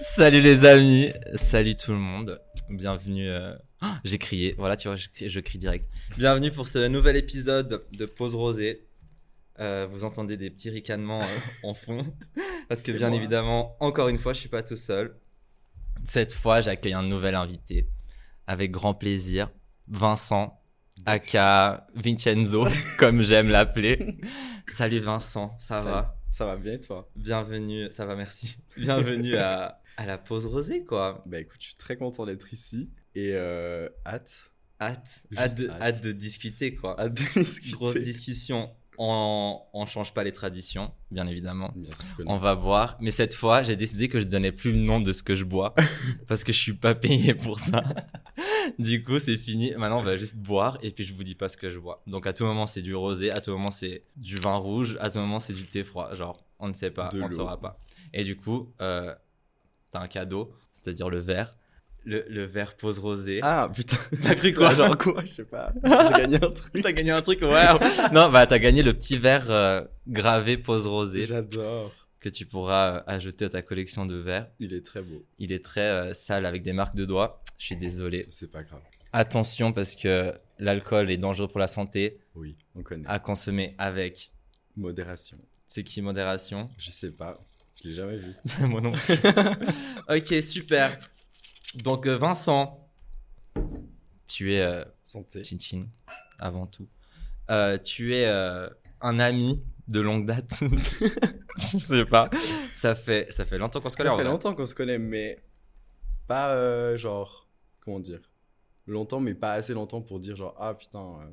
Salut les amis, salut tout le monde, bienvenue. euh, oh, j'ai crié, voilà, tu vois, je crie, je crie direct. Bienvenue pour ce nouvel épisode de Pause Rosée. Euh, vous entendez des petits ricanements euh, en fond, parce que C'est bien moi. évidemment, encore une fois, je suis pas tout seul. Cette fois, j'accueille un nouvel invité, avec grand plaisir, Vincent, aka Vincenzo, comme j'aime l'appeler. Salut Vincent, ça Salut. va Ça va bien et toi Bienvenue, ça va, merci. Bienvenue à, à la pause rosée, quoi. Bah écoute, je suis très content d'être ici et euh, hâte, Hâte, Juste hâte, de, hâte. hâte de discuter, quoi. hâte de discuter. Grosse discussion. On, on change pas les traditions, bien évidemment. Bien sûr que non. On va boire, mais cette fois, j'ai décidé que je donnais plus le nom de ce que je bois parce que je suis pas payé pour ça. du coup, c'est fini. Maintenant, on va juste boire et puis je vous dis pas ce que je bois. Donc, à tout moment, c'est du rosé, à tout moment, c'est du vin rouge, à tout moment, c'est du thé froid. Genre, on ne sait pas, De on ne l'eau. saura pas. Et du coup, euh, t'as un cadeau, c'est-à-dire le verre. Le, le verre pose rosé. Ah putain, T'as cru quoi Genre quoi Je sais pas. J'ai gagné un truc. T'as gagné un truc, waouh! non, bah t'as gagné le petit verre euh, gravé pose rosé J'adore. que tu pourras euh, ajouter à ta collection de verres. Il est très beau. Il est très euh, sale avec des marques de doigts. Je suis désolé. C'est pas grave. Attention parce que l'alcool est dangereux pour la santé. Oui, on connaît. À consommer avec. Modération. C'est qui modération Je sais pas. Je l'ai jamais vu. Moi non. plus. ok, super. Donc euh, Vincent, tu es euh, Santé. Chin Chin, avant tout. Euh, tu es euh, un ami de longue date. Je sais pas. Ça fait ça fait longtemps qu'on se connaît. Ça en fait vrai. longtemps qu'on se connaît, mais pas euh, genre comment dire longtemps, mais pas assez longtemps pour dire genre ah putain. euh,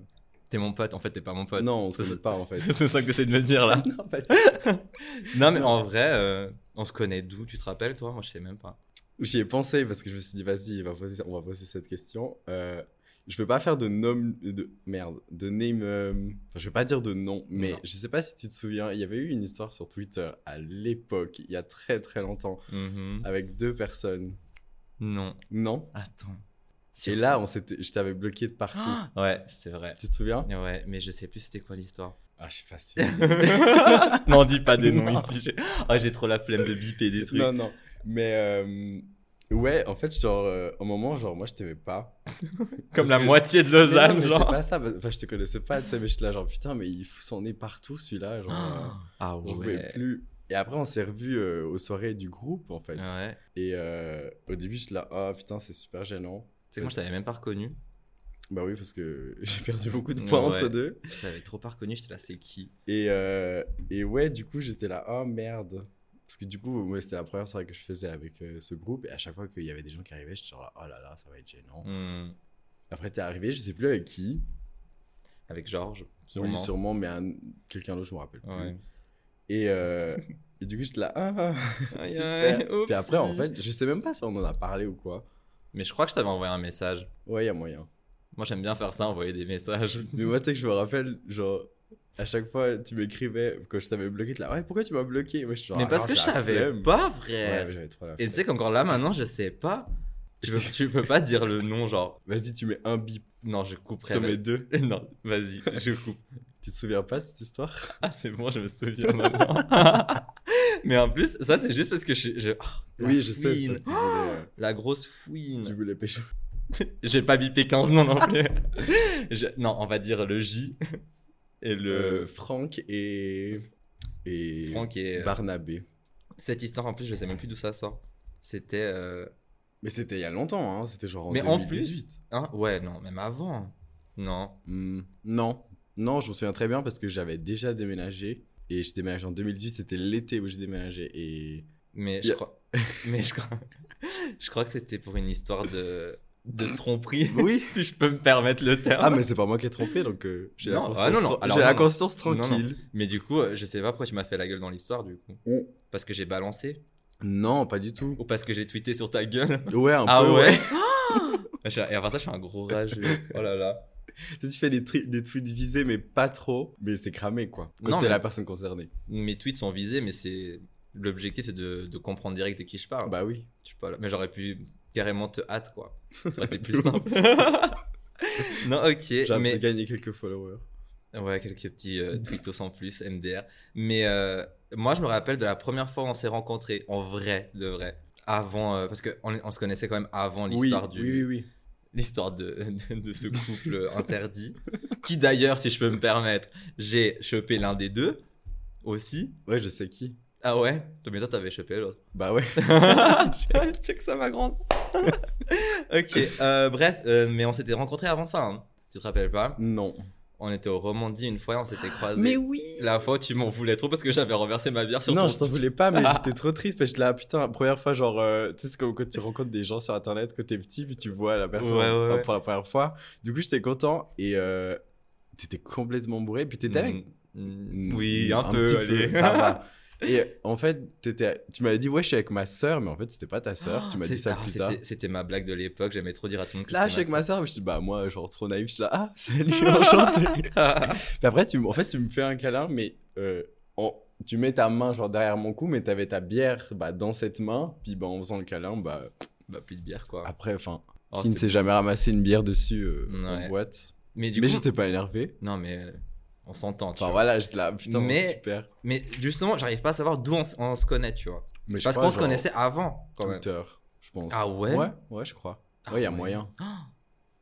T'es mon pote. En fait, t'es pas mon pote. Non, on se connaît pas en fait. C'est ça que t'essaies de me dire là. non, pas du Non, mais en vrai, euh, on se connaît d'où Tu te rappelles, toi Moi, je sais même pas. J'y ai pensé parce que je me suis dit, vas-y, il va poser- on va poser cette question. Euh, je veux pas faire de nom. De, merde, de name. euh, enfin, je vais pas dire de nom, mais Non. je sais pas si tu te souviens, il y avait eu une histoire sur Twitter à l'époque, il y a très très longtemps, Mhm. avec deux personnes. Non. Non Attends. Et là, on s'était- je t'avais bloqué de partout. Ah ouais, c'est vrai. tu te souviens Ouais, mais je sais plus c'était quoi l'histoire. Ah, je sais pas si. N'en dis pas des noms Non. ici. j'ai- Ah, j'ai trop la flemme de biper des trucs. non, non. Mais. euh, Ouais, en fait, genre, euh, au moment, genre, moi, je t'aimais pas. Comme Parce la que- moitié de Mais non, Lausanne, mais C'est genre. pas ça, parce- enfin, je te connaissais pas, tu sais, mais j'étais là, genre, putain, mais il faut s'en est partout, celui-là, genre. euh, Ah Je pouvais ouais. plus. Et après, on s'est revus euh, aux soirées du groupe, en fait. Ouais. Et euh, au début, j'étais là, ah putain, c'est super gênant. C'est que moi, je t'avais même pas reconnu. Bah oui, parce que j'ai perdu beaucoup de points Ouais, entre ouais. deux. Je t'avais trop pas reconnu, j'étais là, c'est qui Et, euh, et ouais, du coup, j'étais là, oh merde. Parce que du coup, moi, c'était la première soirée que je faisais avec euh, ce groupe. Et à chaque fois qu'il y avait des gens qui arrivaient, j'étais genre, là, oh là là, ça va être gênant. Hmm. Après, t'es arrivé, je sais plus avec qui. Avec Georges, Sûrement, sûrement. sûrement mais un- quelqu'un d'autre, je me rappelle plus. Ouais. Et, euh, et du coup, j'étais là, ah, Aïe, super. aïe, oupsie. Puis après, en fait, je sais même pas si on en a parlé ou quoi. Mais je crois que je t'avais envoyé un message. Ouais, y a moyen. Moi, j'aime bien faire ça, envoyer des messages. Mais moi, tu sais que je me rappelle, genre, à chaque fois, tu m'écrivais, quand je t'avais bloqué, t'es là, ouais, pourquoi tu m'as bloqué Moi, je suis genre, mais Ah, parce non, que je j'ai la savais flemme. pas, Ouais, frère. mais j'avais trop la Et tu flemme. sais qu'encore là, maintenant, je sais pas. Tu peux, tu peux pas dire le nom, genre. Vas-y, tu mets un bip, Non, je couperai. t'en le- mets deux. Non, vas-y, je coupe. Tu te souviens pas de cette histoire Ah, c'est bon, je me souviens maintenant. mais en plus, ça, c'est juste parce que je. je- Ah, la Oui, je sais, c'est fouine. parce que tu voulais, euh, La grosse tu fouine. voulais pécho. J'ai pas bipé 15 noms non plus. Je- Non, on va dire le J et Euh, le Franck et. Et. Franck et. euh, Barnabé. Cette histoire, en plus, je sais même plus d'où ça sort. C'était. euh, Mais c'était il y a longtemps, hein, c'était genre en Mais en 2018. Hein Ouais, non, même avant. Non. Hmm, non, non, je me souviens très bien parce que j'avais déjà déménagé et j'ai déménagé en 2018. C'était l'été où j'ai déménagé et Mais je Yeah. crois, mais je crois, je crois que c'était pour une histoire de, de tromperie, oui. si je peux me permettre le terme. Ah mais c'est pas moi qui ai trompé donc euh, j'ai la Non, ah conscience, non, non, tra- alors j'ai non, la non. conscience Non, non. tranquille. Mais du coup, euh, je sais pas pourquoi tu m'as fait la gueule dans l'histoire, du coup. Oh. Parce que j'ai balancé Non, pas du tout. Ou parce que j'ai tweeté sur ta gueule Ouais, un Ah peu. ouais Je- Et enfin ça, je suis un gros rageux. Oh là là. Tu fais des, tri- des tweets visés mais pas trop, mais c'est cramé quoi. Quand Non, t'es mais- la personne concernée. Mes tweets sont visés, mais c'est... L'objectif, c'est de, de comprendre direct de qui je parle. Bah oui. Je suis pas là. Mais j'aurais pu carrément te hâte, quoi. Ça aurait été plus De ouf. simple. non, ok. J'ai Mais... gagné quelques followers. Ouais, quelques petits euh, tweetos en plus, MDR. Mais euh, moi, je me rappelle de la première fois où on s'est rencontrés, en vrai, de vrai. avant, euh, parce qu'on on se connaissait quand même avant Oui, l'histoire du, oui, oui, oui. l'histoire de, de, de ce couple interdit, qui d'ailleurs, si je peux me permettre, j'ai chopé l'un des deux aussi. Ouais, je sais qui. Ah ouais Toi, Mais toi, t'avais chopé l'autre. Bah ouais. Check ça, ma grande. ok, euh, bref, euh, mais on s'était rencontrés avant ça. hein. Tu te rappelles pas Non. On était au Romandie une fois et on s'était croisés. oui La fois, tu m'en voulais trop parce que j'avais renversé ma bière sur Non, ton Ah. je t'en petit- voulais pas, mais j'étais trop triste parce que là, putain, la première fois, genre, euh, tu sais, c'est comme quand tu rencontres des gens sur internet, quand t'es petit, puis tu vois la personne Ouais, ouais, euh, ouais. pour la première fois. Du coup, j'étais content et euh, t'étais complètement bourré, puis t'étais avec. Mm, mm, Oui, un, petit peu, allez. ça va. Et euh, en fait, t'étais- tu m'avais dit, ouais, je suis avec ma soeur, mais en fait, c'était pas ta soeur, tu m'as C'est- dit ça ah, plus tard. c'était- C'était ma blague de l'époque, j'aimais trop dire à tout le monde que Là, je suis c'était avec ma soeur, mais je dis, bah, moi, genre, trop naïf, je suis là, ah, salut, enchanté. sœur. Puis après, tu, m- en fait, tu me fais un câlin, mais euh, en- tu mets ta main genre derrière mon cou, mais t'avais ta bière bah, dans cette main. Puis bah, en faisant le câlin, bah, bah, plus de bière, quoi. après, enfin, Oh, qui ne c'est- s'est jamais ramassé une bière dessus euh, Ouais. en boîte. Mais du mais coup, j'étais pas énervé. Non, mais euh, on s'entend, tu Enfin vois. voilà, j'étais là, putain, Mais- super. Mais justement, j'arrive pas à savoir d'où on, s- on se connaît, tu vois. Mais je Parce crois, qu'on se genre, connaissait avant, quand même. Twitter, je pense. Ah ouais Ouais, ouais, je crois. Ah ouais, il y a ouais. moyen. Ah,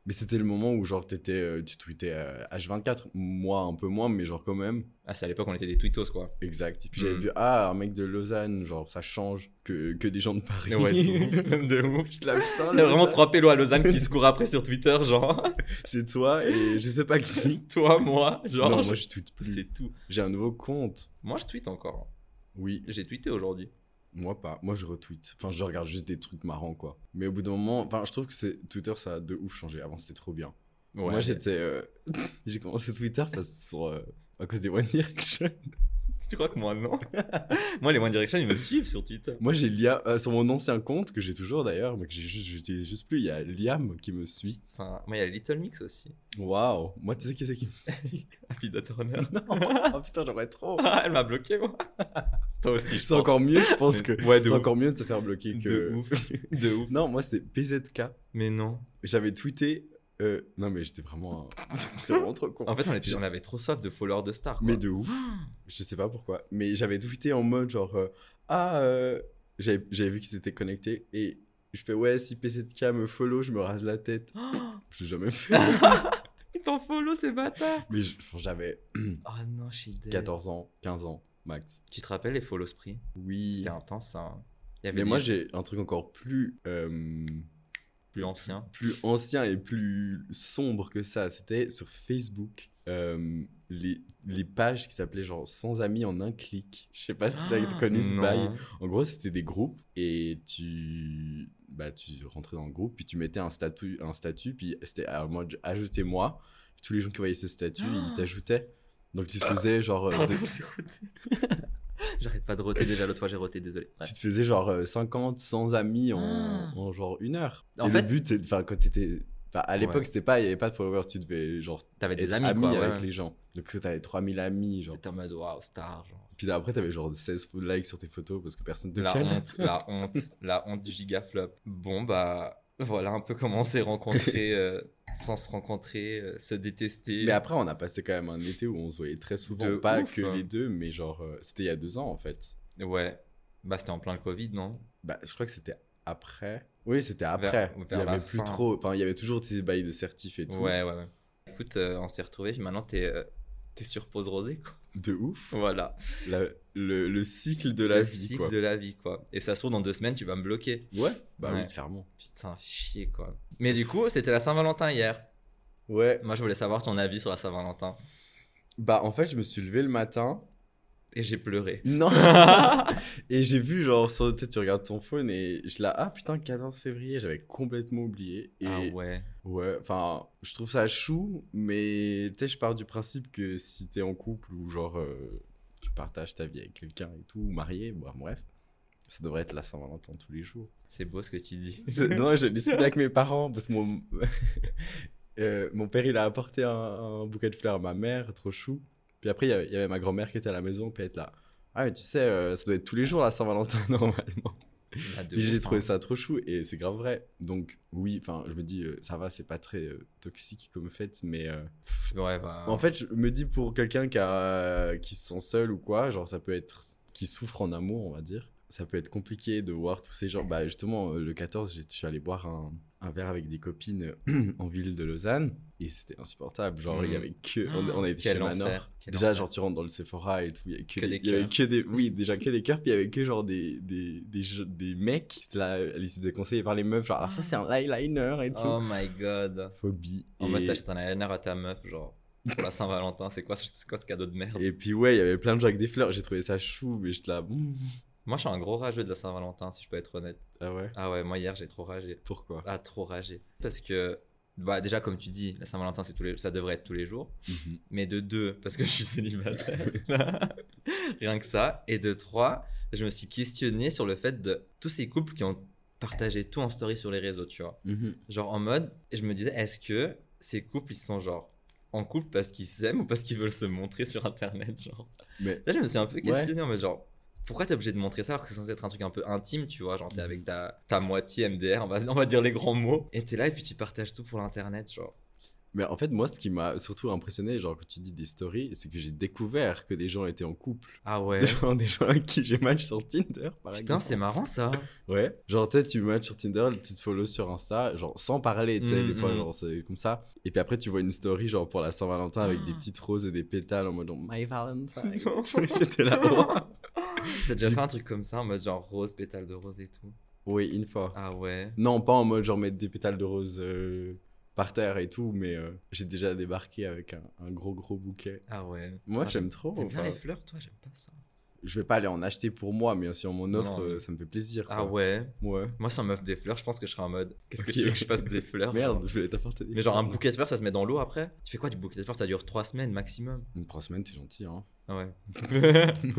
Mais c'était le moment où genre t'étais, euh, tu tweetais euh, H24, moi un peu moins, mais genre quand même. Ah, c'est à l'époque, on était des twittos, quoi. Exact. Et puis j'avais Mm. vu, ah, un mec de Lausanne, genre ça change que, que des gens de Paris. Ouais, de ouf. de ouf. Je la- putain, Il y a vraiment Lausanne. trois pélos à Lausanne qui se courent après sur Twitter, genre C'est toi et je sais pas qui. toi, moi, genre. non, je- moi je tweete plus. C'est tout. J'ai un nouveau compte. Moi, je tweete encore. Oui, J'ai tweeté aujourd'hui. moi pas. Moi je retweet. Enfin, je regarde juste des trucs marrants quoi. Mais au bout d'un moment, enfin, je trouve que c'est Twitter ça a de ouf changé. Avant c'était trop bien. Ouais. Moi j'étais. euh, J'ai commencé Twitter parce que sur, euh, à cause des One Direction. Tu crois que moi, non Moi, les One Direction, ils me suivent sur Twitter. Moi j'ai Liam. euh, sur mon ancien compte que j'ai toujours d'ailleurs, mais que j'ai juste, j'utilise juste plus. Il y a Liam qui me suit. Putain. Moi, il y a Little Mix aussi. Waouh. Moi tu sais qui c'est qui me suit Happy Turner. Oh putain j'aurais trop. Ah, elle m'a bloqué, moi. Toi aussi, je C'est pense. encore mieux, je pense Mais- que. Ouais, de C'est ouf. encore mieux de se faire bloquer que. De ouf. De ouf. Non, moi c'est PZK. Mais non. J'avais tweeté. euh, Non, mais j'étais vraiment. un- j'étais vraiment trop con. En fait, on, était, on avait trop soif de followers de stars. quoi. Mais de ouf. Je sais pas pourquoi. Mais j'avais tweeté en mode genre. euh, ah, euh, j'avais j'avais vu qu'ils étaient connectés. Et je fais ouais, si PZK me follow, je me rase la tête. je l'ai jamais fait. Ils t'en follow, ces bâtards. mais je- je pense que j'avais Oh non, je suis dead. 14 ans, 15 ans, max. Tu te rappelles les follow spree Oui. C'était intense, ça. hein. Il y avait Mais des moi j'ai un truc encore plus. euh, plus anciens. plus ancien et plus sombre que ça. C'était sur Facebook. euh, les, les pages qui s'appelaient genre sans amis en un clic. Je sais pas si t'as Ah, connu ce bail. non. En gros, c'était des groupes et tu bah tu rentrais dans le groupe puis tu mettais un statut un statut puis c'était à moi ajoutez-moi. Tous les gens qui voyaient ce statut, ils t'ajoutaient. Donc tu te faisais genre euh, Ah. Pardon, de- j'ai roté. J'arrête pas de roter déjà, l'autre fois j'ai roté, désolé. Ouais. tu te faisais genre euh, 50 sans amis en, Ah. en genre une heure. En et fait- le but c'est enfin quand t'étais enfin à l'époque Ouais. c'était pas il y avait pas de followers, tu devais genre T'avais des être amis, quoi. avec ouais. les gens. Donc tu avais 3000 amis genre. T'étais en mode waouh, star. Genre. Puis après tu avais genre 16 likes sur tes photos parce que personne te La calme. honte, la honte, la honte du gigaflop. Bon, bah voilà un peu comment on s'est rencontrés euh, sans se rencontrer, euh, se détester. Mais après on a passé quand même un été où on se voyait très souvent De pas ouf, que hein. les deux mais genre euh, c'était il y a deux ans en fait. Ouais. Bah c'était en plein le Covid, non Bah je crois que c'était après. Oui, c'était après. Vers- vers il y la avait plus fin. trop enfin il y avait toujours ces bails de certif et tout Ouais, ouais, ouais. Écoute, euh, on s'est retrouvés, puis maintenant t'es euh, t'es sur pause rosée, quoi. de ouf. Voilà. La- le, le cycle de la Le vie cycle quoi. de la vie, quoi. Et ça se trouve, dans deux semaines, tu vas me bloquer. Ouais, bah Ouais. oui, clairement. Putain, fais chier, quoi. Mais du coup, c'était la Saint-Valentin hier. Ouais, Moi, je voulais savoir ton avis sur la Saint-Valentin. bah en fait, je me suis levé le matin. Et j'ai pleuré. Non. et j'ai vu genre sur tu sais, tu regardes ton phone et je la ah putain 14 février, j'avais complètement oublié et Ah ouais. ouais, enfin, je trouve ça chou mais tu sais je pars du principe que si t'es en couple ou genre euh, tu partages ta vie avec quelqu'un et tout, ou marié, bon, bref, ça devrait être la Saint-Valentin tous les jours. C'est beau ce que tu dis. C'est- non, j'ai discuté avec mes parents parce que mon, euh, mon père il a apporté un, un bouquet de fleurs à ma mère, trop chou. Puis après, il y avait, il y avait ma grand-mère qui était à la maison, puis elle était là. Ah, mais tu sais, euh, ça doit être tous les jours la Saint-Valentin normalement. Bah, de Puis j'ai ouf, trouvé hein. ça trop chou et c'est grave vrai. Donc, oui, enfin, je me dis, euh, ça va, c'est pas très euh, toxique comme fête, mais euh, Ouais, bah. en fait, je me dis pour quelqu'un qui, a- qui se sent seul ou quoi, genre ça peut être qui souffre en amour, on va dire. ça peut être compliqué de voir tous ces gens. Bah, justement, euh, le 14, j'ai- je suis allé boire un, un verre avec des copines euh, en ville de Lausanne et c'était insupportable. Genre, il y Mhm. avait que. On, on a été chez Quel Manor. enfer. quel Déjà, enfer. genre, tu rentres dans le Sephora et tout, il y a que, Que des des, il y avait cœurs. que des- Oui, déjà que des cœurs, puis il y avait que genre des, des, des, je- des mecs. C'était là, Alice se faisait conseiller par les meufs, genre, alors ça, c'est un eyeliner et tout. Oh my god. Phobie. En et... mode t'achètes un eyeliner à ta meuf, genre pour la Saint-Valentin, c'est quoi, ce- c'est quoi ce cadeau de merde et puis, ouais, il y avait plein de gens avec des fleurs. J'ai trouvé ça chou, mais j'étais là. mm. Moi je suis un gros rageux de la Saint-Valentin, si je peux être honnête. Ah ouais Ah ouais, moi hier j'ai trop ragé. Pourquoi Ah, trop ragé. Parce que, bah déjà comme tu dis, la Saint-Valentin c'est tous les... ça devrait être tous les jours. Mhm. Mais de deux, parce que je suis célibataire. Rien que ça. Et de trois, je me suis questionné sur le fait de tous ces couples qui ont partagé tout en story sur les réseaux, tu vois. Mhm. Genre en mode, et je me disais, est-ce que ces couples, ils sont genre en couple parce qu'ils s'aiment ou parce qu'ils veulent se montrer sur Internet genre. Mais- Là, je me suis un peu questionné en mode genre, pourquoi t'es obligé de montrer ça alors que c'est censé être un truc un peu intime, tu vois Genre, Mm. t'es avec ta, ta moitié MDR, on va, on va dire les grands mots, et t'es là et puis tu partages tout pour l'Internet, genre. Mais en fait, moi, ce qui m'a surtout impressionné, genre, quand tu dis des stories, c'est que j'ai découvert que des gens étaient en couple. Ah ouais Des, gens, des gens avec qui j'ai match sur Tinder, par Putain, exemple. c'est marrant ça Ouais. Genre, tu sais, tu matches sur Tinder, tu te follows sur Insta, genre sans parler, tu sais, Mm, des fois, mm. genre, c'est comme ça. Et puis après, tu vois une story, genre pour la Saint-Valentin, avec des Ah. petites roses et des pétales en mode genre, My Valentine. Non. J'étais là. oh. T'as déjà fait un truc comme ça en mode genre rose, pétale de rose et tout Oui, une fois. Ah ouais Non, pas en mode genre mettre des pétales de roses euh, par terre et tout, mais euh, j'ai déjà débarqué avec un, un gros, gros bouquet. Ah ouais Moi, Putain, j'aime trop. T'aimes bien enfin, les fleurs, toi J'aime pas ça. Je vais pas aller en acheter pour moi, mais si on m'en offre, Non. euh, ça me fait plaisir. Ah quoi. ouais Ouais. Moi, si on m'offre des fleurs, je pense que je serai en mode. Qu'est-ce que Ok. tu veux que je fasse des fleurs genre Merde, je voulais t'apporter des Mais genre un fleurs. bouquet de fleurs, ça se met dans l'eau après Tu fais quoi du bouquet de fleurs Ça dure 3 semaines maximum. Une trois semaines, t'es gentil, hein. Ah ouais.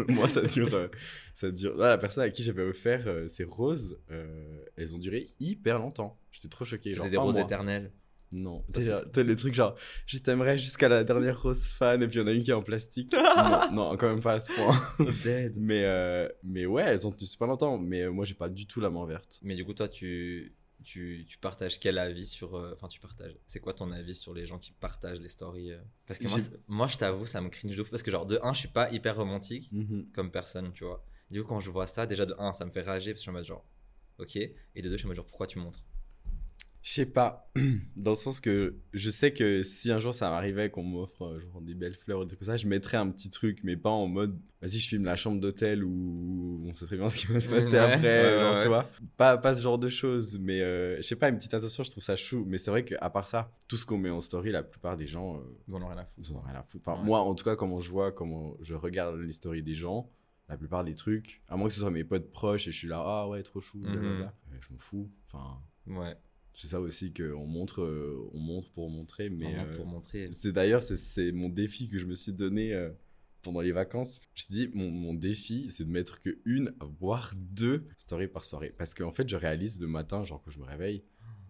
Moi, ça dure. euh, ça dure. Là, la personne à qui j'avais offert euh, ces roses, euh, elles ont duré hyper longtemps. J'étais trop choqué. Genre, C'était des un roses mois. éternelles. Non. Ça, T'as- c'est- T'as les trucs genre, je t'aimerais jusqu'à la dernière rose fan, et puis il y en a une qui est en plastique. non, non, quand même pas à ce point. Dead. Mais, euh, mais ouais, elles ont tenu super longtemps. Mais euh, moi, j'ai pas du tout la main verte. Mais du coup, toi, tu, tu, tu partages quel avis sur. euh, Enfin, tu partages. C'est quoi ton avis sur les gens qui partagent les stories euh Parce que moi, J'ai- c'est- moi, je t'avoue, ça me cringe de ouf. Parce que, genre, de 1, je suis pas hyper romantique comme personne, tu vois. Du coup, quand je vois ça, déjà, de 1, ça me fait rager parce que je suis en mode genre. Ok. Et de 2, je suis en mode genre, pourquoi tu montres Je sais pas. Dans le sens que je sais que si un jour ça m'arrivait qu'on m'offre euh, genre des belles fleurs ou des trucs comme ça, je mettrais un petit truc, mais pas en mode vas-y, je filme la chambre d'hôtel où on sait très bien ce qui va se passer Ouais, après. euh, ouais, genre, ouais. tu vois. Pas, pas ce genre de choses, mais euh, je sais pas, une petite attention, je trouve ça chou. Mais c'est vrai qu'à part ça, tout ce qu'on met en story, la plupart des gens. euh, Ils en ont rien à foutre. ils en ont rien à foutre. Enfin, Ouais. Moi, en tout cas, comment je vois, comment je regarde les stories des gens, la plupart des trucs, à moins que ce soit mes potes proches et je suis là, ah ouais, trop chou, Mhm. blablabla. Euh, je m'en fous. Enfin, Ouais. c'est ça aussi qu'on montre, euh, on montre pour montrer. Mais Vraiment euh, pour montrer. c'est d'ailleurs, c'est- c'est mon défi que je me suis donné euh, pendant les vacances. Je dis, mon, mon défi, c'est de mettre que une, voire deux stories par soirée. Parce qu'en fait, je réalise le matin, genre quand je me réveille,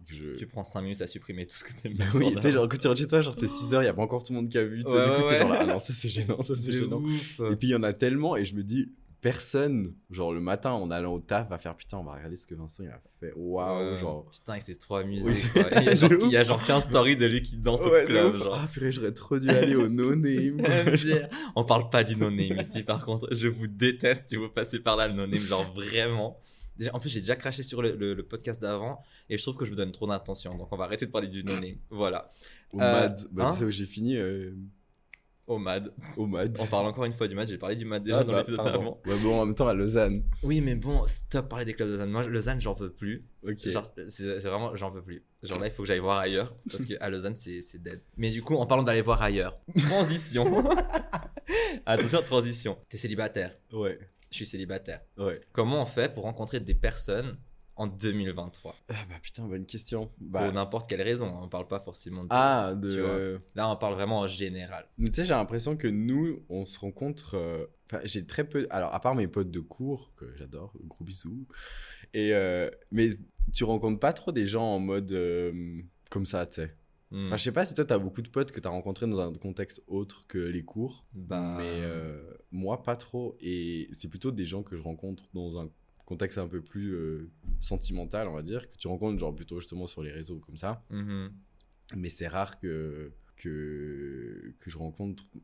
que je. Tu prends 5 minutes à supprimer tout ce que t'aimes Euh. Bah bien. oui, tu sais, genre quand tu rentres chez toi, genre c'est 6h, il a pas encore tout le monde qui a vu. tu sais, Ouais, du coup, ouais, t'es genre ouais. là, ah non, ça c'est gênant, ça c'est gênant. ouf. Et puis il y en a tellement, et je me dis, personne, genre le matin en allant au taf, va faire putain, on va regarder ce que Vincent il a fait. Waouh, Ouais. genre. Putain, il s'est trop amusé. Oui, c'est- quoi. Et Il, y a genre, de ouf. il y a genre 15 stories de lui qui danse Ouais, au de club. ouf. Genre. Ah purée, j'aurais trop dû aller au no-name. MDR. On parle pas du no-name ici, par contre. Je vous déteste si vous passez par là le no-name, genre vraiment. Déjà- en plus, j'ai déjà craché sur le, le- le podcast d'avant et je trouve que je vous donne trop d'attention. Donc, on va arrêter de parler du no-name. Voilà. au Euh, MAD. Bah, hein tu sais où j'ai fini euh, Au MAD. au MAD. On parle encore une fois du MAD. J'ai parlé du MAD déjà Ah, dans bah, l'épisode pardon. d'avant. Ouais, bon, en même temps à Lausanne. Oui, mais bon, stop parler des clubs de Lausanne. Moi, Lausanne, j'en peux plus. Ok. Genre, c'est c'est vraiment, j'en peux plus. Genre là, il faut que j'aille voir ailleurs parce que à Lausanne, c'est c'est dead. Mais du coup, en parlant d'aller voir ailleurs, transition. Attention, transition. T'es célibataire, Ouais, je suis célibataire. ouais. Comment on fait pour rencontrer des personnes en 2023 Ah bah putain, bonne question. Bah. Pour n'importe quelle raison, on parle pas forcément de. Ah, Tu vois. de. Là, on parle vraiment en général. Mais tu sais, j'ai l'impression que nous, on se rencontre. euh, Enfin, j'ai très peu. Alors, à part mes potes de cours, que j'adore, gros bisous. Et, euh, mais tu rencontres pas trop des gens en mode euh, comme ça, tu sais. Hmm. Enfin, je sais pas si toi, t'as beaucoup de potes que t'as rencontrés dans un contexte autre que les cours. Bah. Mais euh, moi, pas trop. Et c'est plutôt des gens que je rencontre dans un contexte un peu plus euh, sentimental, on va dire, que tu rencontres, genre, plutôt justement sur les réseaux comme ça mhm. mais c'est rare que, que, que je rencontre. Je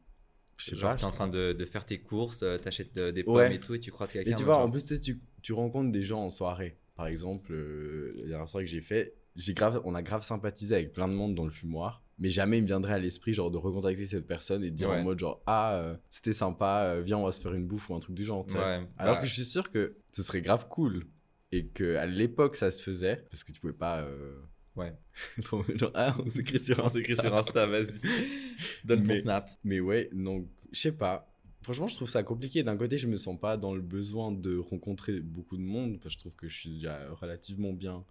Je sais Genre, pas. t'es en train de, de faire tes courses, euh, t'achètes de- des pommes Ouais. et tout, et tu croises quelqu'un. Et tu en vois, mode en plus, tu, sais, tu- tu rencontres des gens en soirée. Par exemple, euh, la dernière soirée que j'ai fait, j'ai grave, on a grave sympathisé avec plein de monde dans le fumoir. Mais jamais il me viendrait à l'esprit genre de recontacter cette personne et de dire Ouais. en mode genre ah euh, c'était sympa euh, viens on va se faire une bouffe ou un truc du genre. tu sais. genre, ouais, Alors bah, que je suis sûr que ce serait grave cool et que à l'époque ça se faisait parce que tu pouvais pas. euh, Ouais. être en mode genre ah on s'écrit sur on s'écrit Insta. sur Insta, vas-y. Donne ton Mais- snap. Mais ouais, donc, je sais pas. Franchement, je trouve ça compliqué. D'un côté, je me sens pas dans le besoin de rencontrer beaucoup de monde, parce que je trouve que je suis déjà relativement bien.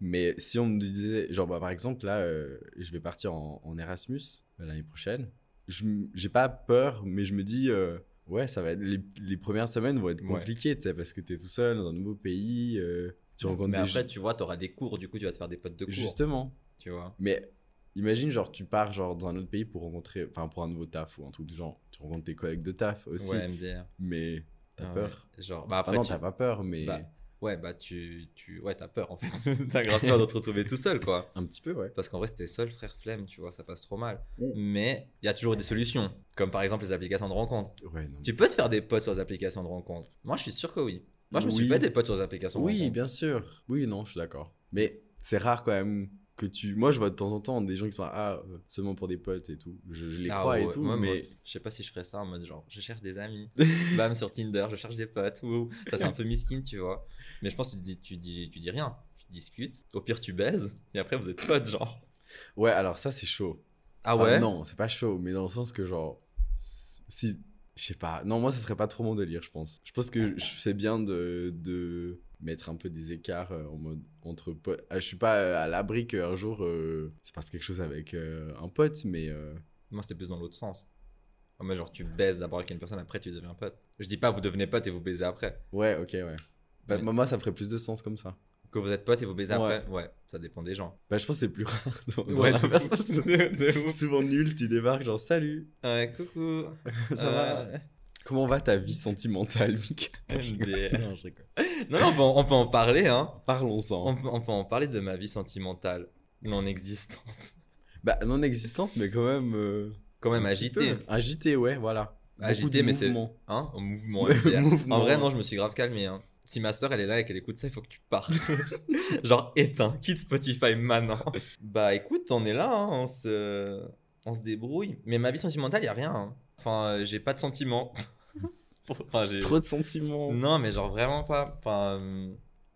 Mais si on me disait, genre, bah, par exemple, là, euh, je vais partir en, en Erasmus euh, l'année prochaine, je m- j'ai pas peur, mais je me dis, euh, ouais, ça va être, les, les premières semaines vont être Ouais. compliquées, tu sais, parce que t'es tout seul dans un nouveau pays, euh, tu rencontres Mais des après, gens. tu vois, t'auras des cours, du coup, tu vas te faire des potes de cours. Justement. Tu vois. Mais imagine, genre, tu pars genre dans un autre pays pour rencontrer, enfin, pour un nouveau taf ou un truc du genre. Tu rencontres tes collègues de taf aussi, Ouais, MDR. mais t'as Ah ouais. peur. Genre, bah Enfin, après, non, tu- t'as pas peur, mais bah, ouais, bah tu, tu, ouais, t'as peur en fait. t'as grave peur de te retrouver tout seul, quoi. un petit peu, ouais. Parce qu'en vrai, si t'es seul, frère, flemme, tu vois, ça passe trop mal. Mm. Mais il y a toujours des solutions, comme par exemple les applications de rencontre. Ouais, non. Tu peux te faire des potes sur les applications de rencontre. Moi, je suis sûr que oui. Moi, je me suis Oui. fait des potes sur les applications de Oui, rencontre. bien sûr. Oui, non, je suis d'accord. Mais c'est rare quand même que tu. Moi, je vois de temps en temps des gens qui sont là, ah, euh, seulement pour des potes et tout. Je, je les Ah crois et ouais, tout, moi, moi, mais. je sais pas si je ferais ça en mode genre, je cherche des amis. Bam, sur Tinder, je cherche des potes. wouh. Ça fait un peu miskin, tu vois. Mais je pense que tu dis, tu dis, tu dis rien. Tu discutes. Au pire, tu baises. Et après, vous êtes potes, genre. Ouais, alors ça, c'est chaud. Ah Enfin, ouais Non, c'est pas chaud, mais dans le sens que genre si je sais pas. Non, moi ça serait pas trop mon délire, je pense. Je pense que je- c'est bien de, de mettre un peu des écarts euh, en mode entre potes. Ah, je suis pas euh, à l'abri qu'un jour euh, se passe quelque chose avec euh, un pote, mais euh, Moi, c'était plus dans l'autre sens. Ah, Moi, genre, tu baises d'abord avec une personne, après, tu deviens pote. Je dis pas, vous devenez pote et vous baisez après. ouais, ok, ouais. Bah, Ouais. moi, Moi ça ferait plus de sens comme ça. Que vous êtes pote et vous baisez Ouais. après. Ouais, ça dépend des gens. Bah je pense que c'est plus rare. dans- dans Ouais, la de ouf. conversation. De ouf. Souvent nul, tu débarques genre salut, Ouais, coucou. ça va. Ouais. Comment va ta vie sentimentale, Mika MDR. Non, je rigole. Non, mais on peut, en- on peut en parler, hein. Parlons-en. On peut, on peut en parler de ma vie sentimentale non existante. Bah non existante, mais quand même. euh, Quand même Un petit agitée. peu. Agité, ouais, voilà. Beaucoup Agité, de mais c'est- mouvements. Hein Au mouvement, Ouais, MDR. mouvement. En vrai, non, je me suis grave calmé. Hein. Si ma soeur, elle est là et qu'elle écoute ça, il faut que tu partes. Genre, éteins, quitte Spotify maintenant. bah écoute, on est là, hein, on, se... on se débrouille. Mais ma vie sentimentale, il a rien. hein. Enfin, euh, j'ai pas de sentiments. enfin, j'ai. Trop de sentiments. Non, mais genre vraiment pas. Enfin, euh,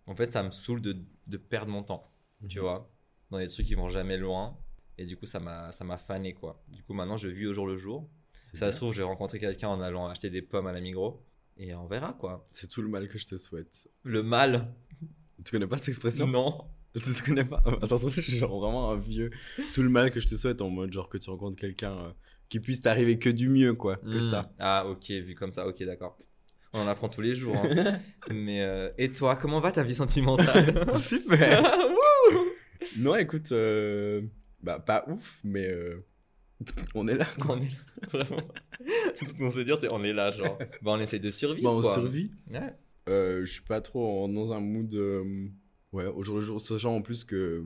en fait, ça me saoule de, de perdre mon temps, tu vois, dans des trucs qui vont jamais loin. Et du coup, ça m'a ça m'a fané, quoi. Du coup, maintenant, je vis au jour le jour. Ça se trouve, je vais rencontrer quelqu'un en allant acheter des pommes à la Migros. Et on verra, quoi. C'est tout le mal que je te souhaite. Le mal, Tu connais pas cette expression non. Tu te connais pas Ah, Ça se trouve, je suis genre vraiment un vieux. Tout le mal que je te souhaite en mode genre que tu rencontres quelqu'un euh, qui puisse t'arriver que du mieux, quoi. Que Hmm. ça. Ah, ok, vu comme ça, ok, d'accord. On en apprend tous les jours. hein. mais, euh, et toi, comment va ta vie sentimentale Super Non, écoute, euh, bah pas ouf, mais euh, on est là. On est là, vraiment. Tout ce qu'on sait dire, c'est on est là, genre. Bah, on essaie de survivre. Bah, on quoi. survit. Ouais. Euh, je suis pas trop en- dans un mood. euh, ouais, au jour le jour, sachant en plus que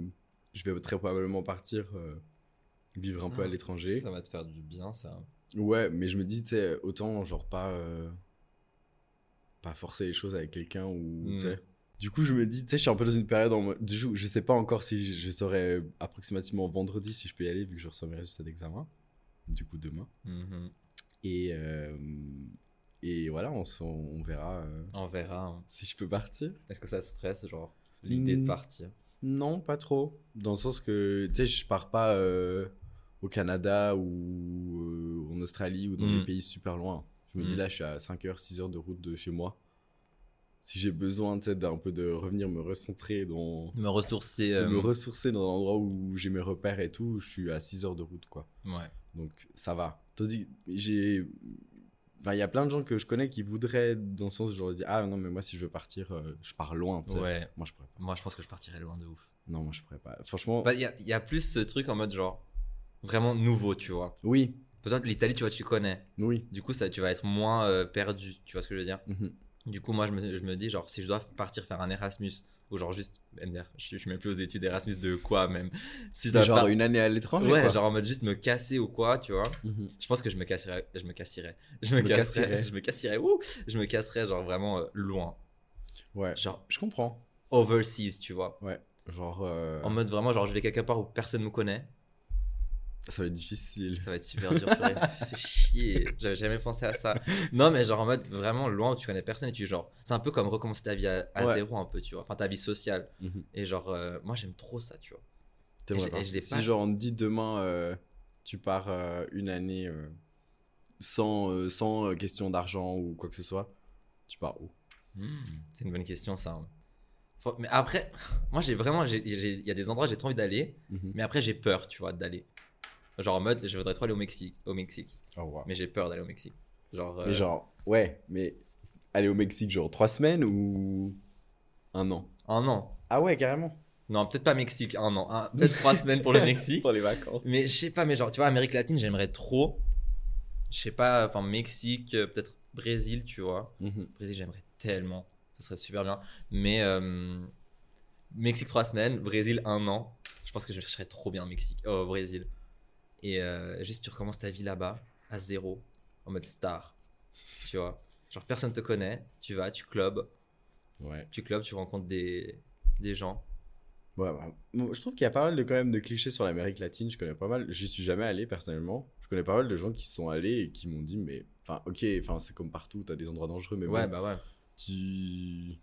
je vais très probablement partir euh, vivre un peu à Ah, l'étranger. Ça va te faire du bien, ça. Ouais, mais je me dis, tu sais, autant, genre, pas. euh, pas forcer les choses avec quelqu'un ou. Hmm. tu sais. Du coup, je me dis, tu sais, je suis un peu dans une période en mode. du coup, Je sais pas encore si je, je saurais approximativement vendredi si je peux y aller, vu que je reçois mes résultats d'examen. Du coup, demain. Mhm. Et. euh, et voilà, on, s'en- on verra euh, On verra. hein. si je peux partir. Est-ce que ça te stresse, genre, l'idée de Mm. partir Non, pas trop. Dans le sens que, tu sais, je pars pas euh, au Canada ou euh, en Australie ou dans Mm. des pays super loin. Je me dis Mm. là, je suis à 5 heures, 6 heures de route de chez moi. Si j'ai besoin, tu sais, d'un peu de revenir me recentrer, dans, Me ressourcer. de euh, me ressourcer dans un endroit où j'ai mes repères et tout, je suis à 6 heures de route, quoi. ouais. Donc ça va. Tandis que j'ai. Enfin, il y a plein de gens que je connais qui voudraient, dans le sens où j'aurais dit Ah non, mais moi, si je veux partir, euh, je pars loin. tu sais. ouais. Moi, je pourrais pas. Moi, je pense que je partirais loin de ouf. Non, moi, je pourrais pas. Franchement. Bah, Il y, a- y a plus ce truc en mode, genre, vraiment nouveau, tu vois. Oui, Par exemple, l'Italie, tu vois, tu connais. Oui. Mhm. Du coup, ça, tu vas être moins euh, perdu. Tu vois ce que je veux dire Du coup, moi, je me, je me dis, genre, si je dois partir faire un Erasmus, ou genre juste, MDR, je, suis- je suis même plus aux études Erasmus de quoi, même. Si je dois genre par- une année à l'étranger. Ouais, quoi. genre en mode juste me casser ou quoi, tu vois. Mhm. Je pense que je me casserais, je me casserais, je me, Me casserais, casserais. je me casserais, ouh, je me casserais, genre vraiment euh, loin. Ouais. Genre Je comprends. overseas, tu vois. Genre, euh, En mode vraiment, genre, je vais quelque part où personne me connaît. ça va être difficile. Ça va être super dur. purée. Fais chier. J'avais jamais pensé à ça. Non, mais genre en mode vraiment loin où tu connais personne et tu genre. C'est un peu comme recommencer ta vie à, à Ouais. zéro un peu, tu vois. Enfin, ta vie sociale. Mhm. Et genre, euh, moi j'aime trop ça, tu vois. T'es Et vrai, je- et par je l'ai contre. pas- Si genre on te dit demain, euh, tu pars euh, une année euh, sans, euh, sans euh, question d'argent ou quoi que ce soit, tu pars où Hmm. C'est une bonne question, ça. hein. Faut- Mais après, moi j'ai vraiment. j'ai- j'ai- Il y a des endroits où j'ai trop envie d'aller, Mhm. mais après j'ai peur, tu vois, d'aller. Genre en mode, je voudrais trop aller au Mexique, au Mexique. Au revoir. Mais j'ai peur d'aller au Mexique. Genre. euh, Oh, Mais genre, ouais, mais aller au Mexique, genre trois semaines ou un an Un an. Ah ouais, carrément. Non, peut-être pas Mexique, un an. hein. Peut-être trois semaines pour le Mexique. Pour les vacances. Mais je sais pas, mais genre, tu vois, Amérique latine, j'aimerais trop. Je sais pas, enfin, Mexique, euh, peut-être Brésil, tu vois. Mhm. Brésil, j'aimerais tellement. Ce serait super bien. Mais euh, Mexique, trois semaines. Brésil, un an. Je pense que je chercherais trop bien au Mexique, euh, au Brésil. Et euh, juste, tu recommences ta vie là-bas, à zéro, en mode star. Tu vois. Genre, personne te connaît. Tu vas, tu clubs. Ouais. Tu clubs, tu rencontres des, des gens. Ouais, bah, bon, je trouve qu'il y a pas mal de, quand même de clichés sur l'Amérique latine. Je connais pas mal. J'y suis jamais allé personnellement. Je connais pas mal de gens qui sont allés et qui m'ont dit, mais enfin, ok, enfin, c'est comme partout, t'as des endroits dangereux, mais Ouais, bon, bah ouais. tu.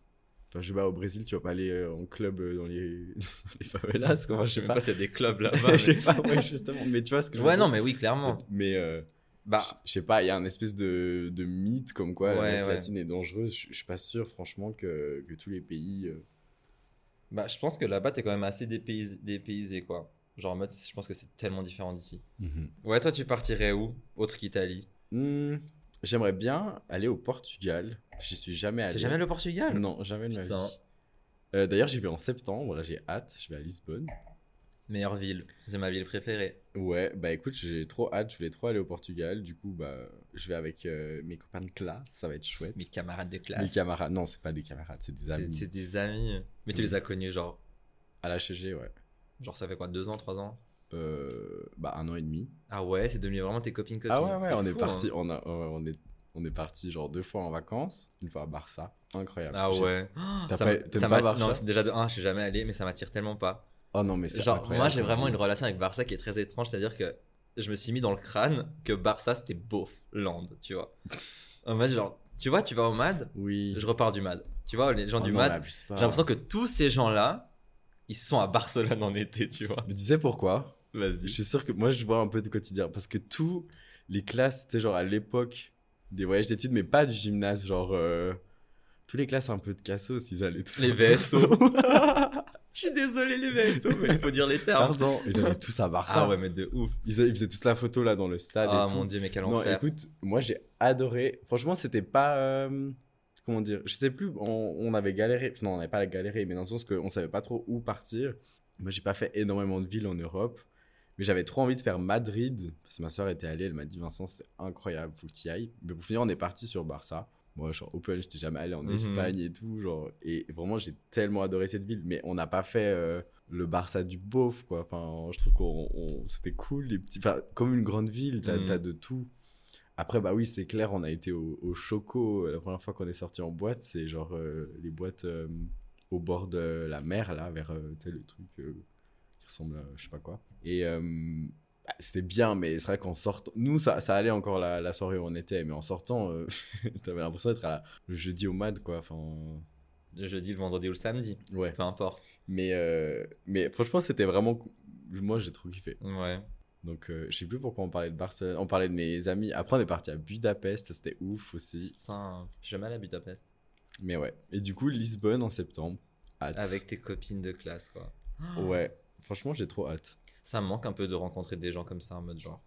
Enfin, je sais pas, au Brésil, tu vas pas aller euh, en club euh, dans les, dans les favelas, quoi. Enfin, je sais même pas. pas s'il y a des clubs là-bas. je sais mais- pas, ouais, justement. Mais tu vois ce que je veux Ouais, dire non, mais oui, clairement. Mais euh, Bah, je- je sais pas, il y a un espèce de, de mythe comme quoi Ouais, l'Amérique ouais. latine est dangereuse. Je je suis pas sûr, franchement, que, que tous les pays. euh, Bah, je pense que là-bas, t'es quand même assez dépaysé, dépaysé, quoi. Genre, en mode, je pense que c'est tellement différent d'ici. Ouais, toi, tu partirais où Autre qu'Italie. Hmm, J'aimerais bien aller au Portugal. J'y suis jamais allé. T'es jamais allé au Portugal Non, jamais de ma Putain. vie. Euh, D'ailleurs, j'y vais en septembre. Là, j'ai hâte. Je vais à Lisbonne. Meilleure ville. C'est ma ville préférée. Ouais, bah écoute, j'ai trop hâte. Je voulais trop aller au Portugal. Du coup, bah, je vais avec euh, mes copains de classe. Ça va être chouette. Mes camarades de classe. Mes camarades. Non, c'est pas des camarades, c'est des C'est amis. Mmh. c'est des amis. Mais tu Oui. les as connus, genre, À la HG, ouais. genre, ça fait quoi, deux ans, trois ans Euh, bah, un an et demi. Ah ouais, c'est devenu vraiment tes copines copines. Ah ouais, ouais, C'est on est fou, parti. hein. On, a, ouais, on est, on est parti genre deux fois en vacances. Une fois à Barça. Incroyable. Ah J'ai- ouais. T'as Ça pas- m'a- t'aimes ça pas m'a- Barça Non, c'est déjà de 1, je suis jamais allé, mais ça m'attire tellement pas. Oh non, mais c'est Genre, incroyable moi, j'ai comme vraiment ville. une relation avec Barça qui est très étrange, c'est-à-dire que je me suis mis dans le crâne que Barça, c'était beauf, land, tu vois. En mode, genre, tu vois, tu vas au MAD, Oui. je repars du MAD. Tu vois, les gens Oh du non, mais MAD, abuse pas. j'ai l'impression que tous ces gens-là, ils sont à Barcelone en été, tu vois. Mais tu sais pourquoi Je Vas-y. suis sûr que moi je vois un peu de quotidien parce que tous les classes, c'était genre à l'époque des voyages d'études, mais pas du gymnase, genre euh, tous les classes un peu de cassos, ils allaient tous Les VSO. Je suis désolé, les VSO, mais il faut dire les termes. Pardon, ils allaient tous à Barça. Ah ouais, mais de ouf. ils, a- ils faisaient tous la photo là dans le stade Ah et tout. mon dieu, mais quel non, enfer. écoute, moi j'ai adoré. Franchement, c'était pas euh, comment dire, je sais plus, on, on avait galéré. Non, on n'avait pas galéré, mais dans le sens qu'on savait pas trop où partir. Moi, j'ai pas fait énormément de villes en Europe, mais j'avais trop envie de faire Madrid parce que ma soeur était allée. Elle m'a dit Vincent, c'est incroyable, faut que t'y ailles. Mais pour finir, on est parti sur Barça. Moi, genre Open, j'étais jamais allé en Mhm. Espagne et tout, genre. Et vraiment, j'ai tellement adoré cette ville, mais on n'a pas fait. euh, le Barça du beauf quoi enfin je trouve qu'on on- c'était cool les petits enfin comme une grande ville t'as Mhm. t'as de tout après, bah oui, c'est clair, on a été au, au Choco euh, la première fois qu'on est sorti en boîte. C'est genre euh, les boîtes euh, au bord de la mer, là, vers euh, tu sais, le truc euh, qui ressemble à je sais pas quoi. Et euh, bah, c'était bien, mais c'est vrai qu'en sortant. Nous, ça, ça allait encore la, la soirée où on était, mais en sortant, euh, t'avais l'impression d'être à la- le jeudi au MAD, quoi. Enfin, Le jeudi, le vendredi ou le samedi, ouais. peu importe. Mais, euh, mais franchement, c'était vraiment. cou- Moi, j'ai trop kiffé. Ouais. Donc, euh, je sais plus pourquoi on parlait de Barcelone. On parlait de mes amis. Après, on est parti à Budapest, ça, c'était ouf aussi. Putain, je suis jamais allé à Budapest. Mais ouais. Et du coup, Lisbonne en septembre. Hâte. Avec tes copines de classe, quoi. Ouais. Franchement, j'ai trop hâte. Ça me manque un peu de rencontrer des gens comme ça en mode genre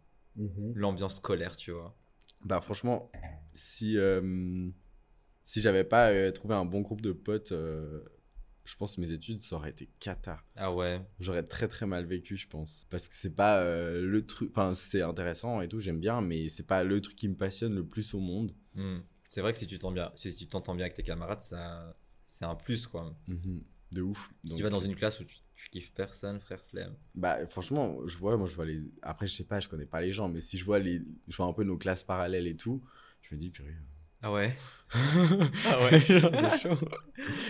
l'ambiance scolaire, tu vois. Bah, franchement, si, euh, si j'avais pas euh, trouvé un bon groupe de potes, euh, je pense que mes études, ça aurait été cata. Ah ouais. J'aurais très très mal vécu, je pense. Parce que c'est pas euh, le truc. Enfin, c'est intéressant et tout, j'aime bien, mais c'est pas le truc qui me passionne le plus au monde. hmm. C'est vrai que si tu t'entends bien, si tu t'entends bien avec tes camarades, ça, c'est un plus quoi. Mhm. De ouf. Si Donc, tu vas dans une classe où tu, tu kiffes personne, frère flemme. Bah, franchement, je vois, moi, je vois les. Après, je sais pas, je connais pas les gens, mais si je vois les, je vois un peu nos classes parallèles et tout, je me dis purée. Ah ouais. ah ouais. Genre, c'est chaud.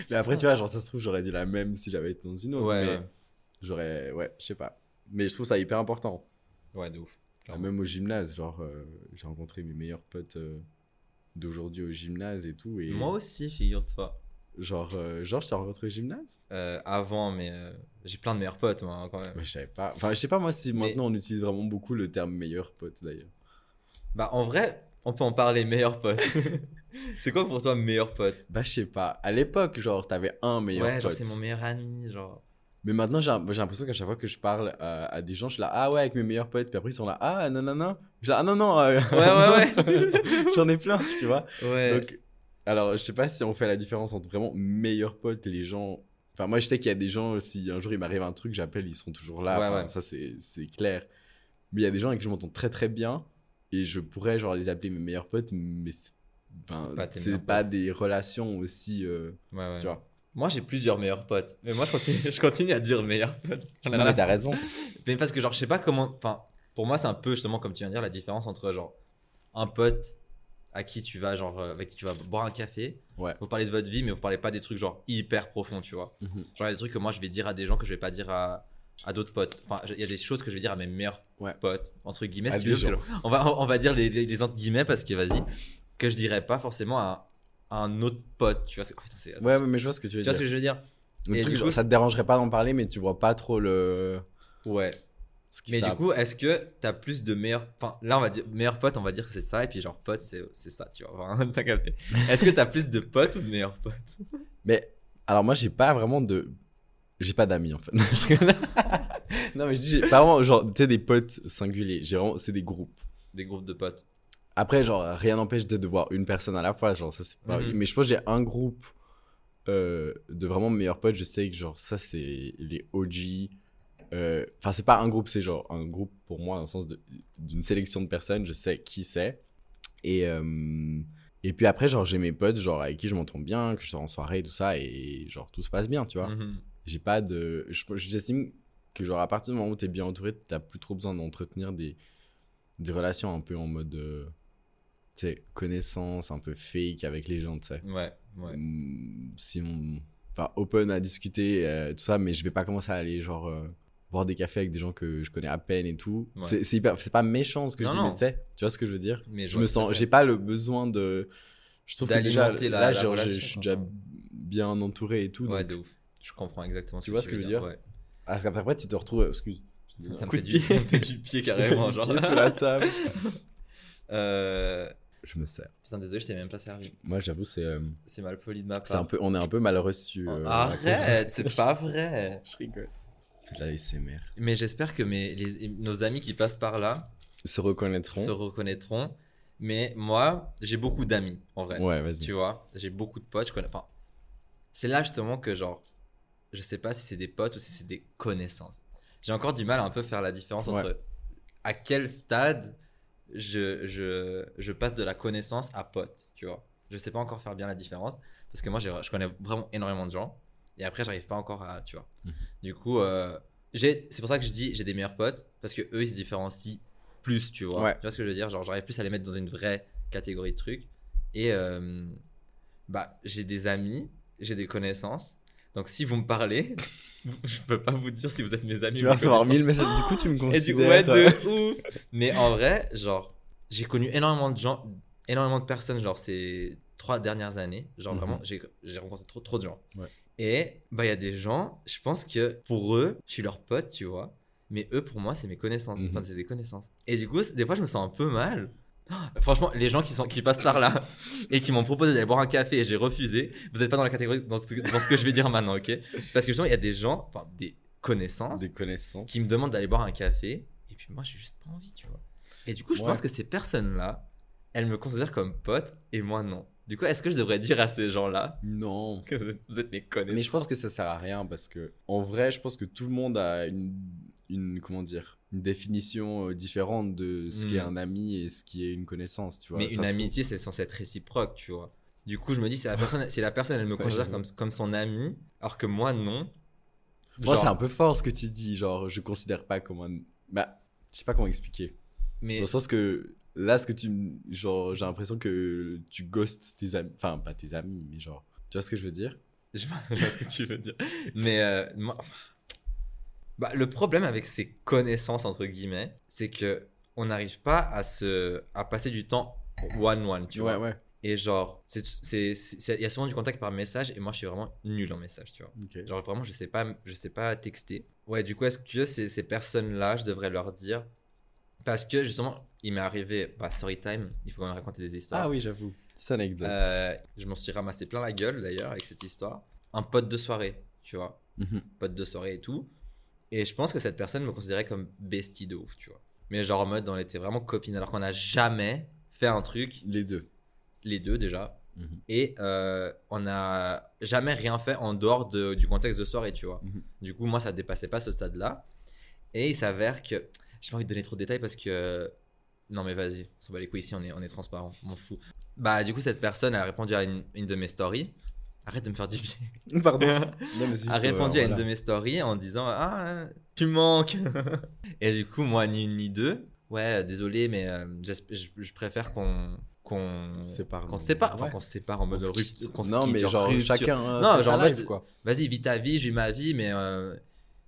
mais après, tu vois, genre ça se trouve, j'aurais dit la même si j'avais été dans une autre. Ouais, mais ouais. j'aurais, ouais, je sais pas. Mais je trouve ça hyper important. Ouais, de ouf. Clairement. Même au gymnase, genre, euh, j'ai rencontré mes meilleurs potes euh, d'aujourd'hui au gymnase et tout, et Moi aussi, figure-toi. genre, euh, genre, je t'ai rencontré au gymnase. Euh, avant, mais euh, j'ai plein de meilleurs potes moi hein, quand même. Mais je savais pas. Enfin, je sais pas moi si Mais- maintenant on utilise vraiment beaucoup le terme meilleur pote d'ailleurs. Bah en vrai, on peut en parler meilleurs potes. c'est quoi pour toi meilleur pote Bah, je sais pas. À l'époque, genre, t'avais un meilleur Ouais, pote. genre c'est mon meilleur ami, genre. Mais maintenant, j'ai j'ai l'impression qu'à chaque fois que je parle euh, à des gens, je suis là, ah ouais, avec mes meilleurs potes. Puis après, ils sont là, ah non, non, non. Je suis là, ah non, non. euh, Ouais, ouais, ouais. J'en ai plein, tu vois. Ouais. Donc, alors, je sais pas si on fait la différence entre vraiment meilleurs potes, les gens. Enfin, moi, je sais qu'il y a des gens, si un jour il m'arrive un truc, j'appelle, ils sont toujours là. Ouais, Enfin, ouais. Ça, c'est c'est clair. Mais il y a des gens avec qui je m'entends très, très bien. Et je pourrais, genre, les appeler mes meilleurs potes, mais c'est ben, C'est pas tes c'est pas, meilleurs des relations aussi. euh, Ouais, ouais. Tu vois. Moi j'ai plusieurs meilleurs potes, mais moi je continue, je continue à dire meilleurs potes. J'en ai rien à t'as raison. Mais parce que genre je sais pas comment. Enfin, pour moi c'est un peu justement comme tu viens de dire la différence entre genre un pote à qui tu vas genre euh, avec qui tu vas boire un café. Ouais. Vous parlez de votre vie, mais vous parlez pas des trucs genre hyper profonds, tu vois. Mhm. Genre il y a des trucs que moi je vais dire à des gens que je vais pas dire à à d'autres potes. Enfin, il y a des choses que je vais dire à mes meilleurs Ouais. potes entre guillemets. À si tu des veux, parce que on va on va dire les, les, les entre guillemets parce que vas-y que je dirais pas forcément à, à un autre pote. Tu vois, ce que- oh, putain, c'est- Ouais, mais je vois ce que tu veux tu vois ce dire. que je veux dire Le Et truc, du genre, coup- ça te dérangerait pas d'en parler, mais tu vois pas trop le. Ouais. Ce Mais ça- du coup, est-ce que t'as plus de meilleurs. Enfin, là, on va dire meilleurs potes, on va dire que c'est ça, et puis genre potes, c'est c'est ça, tu vois. Enfin, t'as capté. Est-ce que t'as plus de potes ou de meilleurs potes Mais alors moi j'ai pas vraiment de j'ai pas d'amis en fait. Non, je rigole. non mais je dis j'ai pas vraiment genre tu sais des potes singuliers, j'ai vraiment c'est des groupes. Des groupes de potes. Après genre rien n'empêche peut-être de voir une personne à la fois, genre ça c'est pas Mhm. mais je pense que j'ai un groupe euh, de vraiment meilleurs potes, je sais que genre ça c'est les OG euh, enfin c'est pas un groupe, c'est genre un groupe pour moi dans le sens de- d'une sélection de personnes, je sais qui c'est. Et euh, et puis après genre j'ai mes potes genre avec qui je m'entends bien, que je sors en soirée et tout ça et genre tout se passe bien, tu vois Mhm. j'ai pas de je- j'estime que genre à partir du moment où t'es bien entouré t'as plus trop besoin d'entretenir des des relations un peu en mode euh, tu sais connaissance un peu fake avec les gens tu sais Ouais, ouais. Mm, si on enfin open à discuter euh, tout ça mais je vais pas commencer à aller genre euh, boire des cafés avec des gens que je connais à peine et tout Ouais. c'est c'est hyper- c'est pas méchant ce que Non, je dis mais non. tu sais tu vois ce que je veux dire Mais je vois me tout à sens fait. j'ai pas le besoin de je trouve que déjà D'alimenter la- là la genre, je- je relation, suis quoi. déjà bien entouré et tout Ouais, donc- de ouf. Je comprends exactement Tu vois ce que je veux Ouais. Ah, parce qu'après tu te retrouves excuse Ça, ça me Coup fait de du, pied. ça me fait du pied Je mets carrément. le genre. pied sous la table. Euh, Je me sers. Putain, désolé, je t'ai même pas servi. Moi, j'avoue, c'est euh, C'est mal poli de ma part. c'est un peu, on est un peu mal reçu. euh, à cause Ah. Arrête, de- c'est pas vrai. Je rigole. Fais de la ASMR. Mais j'espère que mes, les- nos amis qui passent par là Se reconnaîtront. se reconnaîtront. Mais moi, j'ai beaucoup d'amis, en vrai. Ouais, vas-y. Tu vois, j'ai beaucoup de potes. Je connais... Enfin, c'est là justement que, genre, je sais pas si c'est des potes ou si c'est des connaissances. J'ai encore du mal à un peu faire la différence Ouais. entre à quel stade je, je, je passe de la connaissance à pote, tu vois. Je sais pas encore faire bien la différence parce que moi, j'ai- je connais vraiment énormément de gens et après, j'arrive pas encore à, tu vois. Mhm. Du coup, euh, j'ai- c'est pour ça que je dis j'ai des meilleurs potes parce que eux, ils se différencient plus, tu vois. Ouais. Tu vois ce que je veux dire Genre, j'arrive plus à les mettre dans une vraie catégorie de trucs. Et euh, bah, j'ai des amis, j'ai des connaissances. Donc, si vous me parlez, je peux pas vous dire si vous êtes mes amis. Tu ou vas mes recevoir connaissances. 1000 messages. Du coup, tu me Et du considères. ouais, euh, de ouf. Mais en vrai, genre, j'ai connu énormément de gens, énormément de personnes, genre ces trois dernières années. Genre Mhm. vraiment, j'ai j'ai rencontré trop, trop de gens. Ouais. Et bah, il y a des gens, je pense que pour eux, je suis leur pote, tu vois. Mais eux, pour moi, c'est mes connaissances. Mhm. Enfin, c'est des connaissances. Et du coup, c- des fois, je me sens un peu mal. Franchement, les gens qui, sont, qui passent par là et qui m'ont proposé d'aller boire un café et j'ai refusé, vous n'êtes pas dans la catégorie, dans ce, dans ce que je vais dire maintenant, ok Parce que justement, il y a des gens, enfin des connaissances, Des connaissances. qui me demande d'aller boire un café et puis moi j'ai juste pas envie tu vois et du coup je Ouais. pense que ces personnes là elles me considèrent comme pote et moi non du coup est-ce que je devrais dire à ces gens là Non. que vous êtes- vous êtes mes connaissances Mais je pense que ça sert à rien parce que, en vrai, je pense que tout le monde a une, une comment dire une définition euh, différente de ce qu'est Mm. un ami et ce qui est une connaissance, tu vois. Mais Ça une se amitié, c'est censé être réciproque, tu vois. Du coup, je me dis, c'est la personne, si la personne, elle me considère j'avoue. comme, comme son ami, alors que moi, non. trouve- Moi, Genre, c'est un peu fort ce que tu dis, genre je considère pas comme un bah je sais pas comment expliquer. mais Dans le sens que là ce que tu me- genre j'ai l'impression que tu ghostes tes amis enfin pas tes amis mais genre tu vois ce que je veux dire Je sais pas ce que tu veux dire. Mais euh, moi- Bah, le problème avec ces connaissances, entre guillemets, c'est que on n'arrive pas à, se... à passer du temps one-one, tu vois. ouais. Et genre, c'est- c'est- c'est- il y a souvent du contact par message, et moi, je suis vraiment nul en message, tu vois. OK. Genre, vraiment, je sais pas, je sais pas texter. Ouais, du coup, est-ce que ces, ces personnes-là, je devrais leur dire Parce que, justement, il m'est arrivé, bah, story time, il faut quand même raconter des histoires. Ah oui, j'avoue. Petite anecdote. Euh, je m'en suis ramassé plein la gueule d'ailleurs avec cette histoire. Un pote de soirée, tu vois, Mhm. pote de soirée et tout. Et je pense que cette personne me considérait comme bestie de ouf, tu vois. Mais genre en mode, on était vraiment copines alors qu'on n'a jamais fait un truc, Les deux. les deux déjà. Mhm. Et euh, on n'a jamais rien fait en dehors de- du contexte de soirée, tu vois. Mhm. Du coup, moi, ça dépassait pas ce stade-là. Et il s'avère que. J'ai pas envie de donner trop de détails parce que. Non, mais vas-y, on s'en bat les couilles ici, on est, on est transparent, on m'en fout. Bah, du coup, cette personne elle a répondu à une, une de mes stories. Arrête de me faire du bien. Pardon. Non, mais c'est a juste, répondu euh, à une de voilà. mes stories en disant Ah, tu manques Et du coup, moi, ni une ni deux. Ouais, euh, désolé, mais euh, j'esp- je, je préfère qu'on. Qu'on On se sépare, Qu'on se non. sépare. Enfin, Ouais. qu'on se sépare en mode se rupt- quitte. qu'on se Non, quitte, mais genre, rupture. chacun. euh, Non, fait genre, sa en mode- life, quoi. Vas-y, vis ta vie, je vis ma vie, mais euh,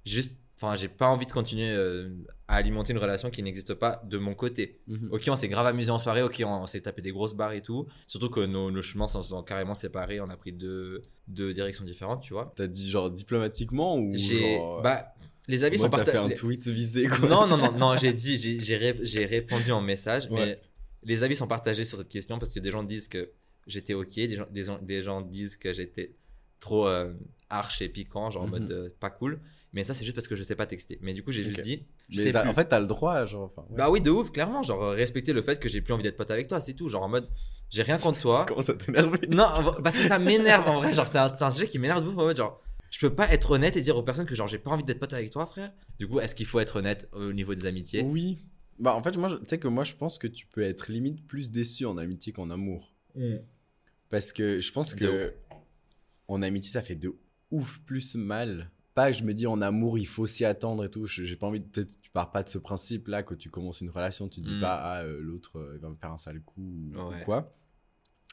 juste. Enfin, j'ai pas envie de continuer euh, à alimenter une relation qui n'existe pas de mon côté. Ok, on s'est grave amusé en soirée, ok, on, on s'est tapé des grosses barres et tout. Surtout que nos, nos chemins s'en sont carrément séparés, on a pris deux, deux directions différentes, tu vois. T'as dit genre diplomatiquement ou J'ai. genre. euh, Bah, les en avis sont mode, T'as fait partagés. un tweet visé quoi. Non, non, non, non, j'ai dit, j'ai- j'ai ré- j'ai répondu en message, mais Ouais. les avis sont partagés sur cette question parce que des gens disent que j'étais ok, des gens, des, gens- des gens disent que j'étais trop euh, archi et piquant, genre en Mhm. mode euh, pas cool. Mais ça, c'est juste parce que je sais pas texter. Mais du coup, j'ai juste Ok. dit, je Mais sais t'as- plus. en fait, t'as le droit, genre. Enfin, ouais. Bah oui, de ouf, clairement. Genre, respecter le fait que j'ai plus envie d'être pote avec toi, c'est tout. Genre en mode, j'ai rien contre toi. Ça commence à t'énerver. Non, en vrai- parce que ça m'énerve en vrai. Genre, c'est un, c'est un sujet qui m'énerve de ouf. en mode, genre, je peux pas être honnête et dire aux personnes que genre j'ai pas envie d'être pote avec toi, frère. Du coup, est-ce qu'il faut être honnête au niveau des amitiés Oui. Bah, en fait, moi, je- tu sais que moi, je pense que tu peux être limite plus déçu en amitié qu'en amour. Parce que je pense De que ouf. en amitié, ça fait de ouf plus mal. Pas que je me dis en amour, il faut s'y attendre et tout. Je- J'ai pas envie de. peut-être Tu pars pas de ce principe-là que tu commences une relation, tu dis Mm. pas, ah, euh, l'autre, euh, il va me faire un sale coup ou- ou Ouais. quoi.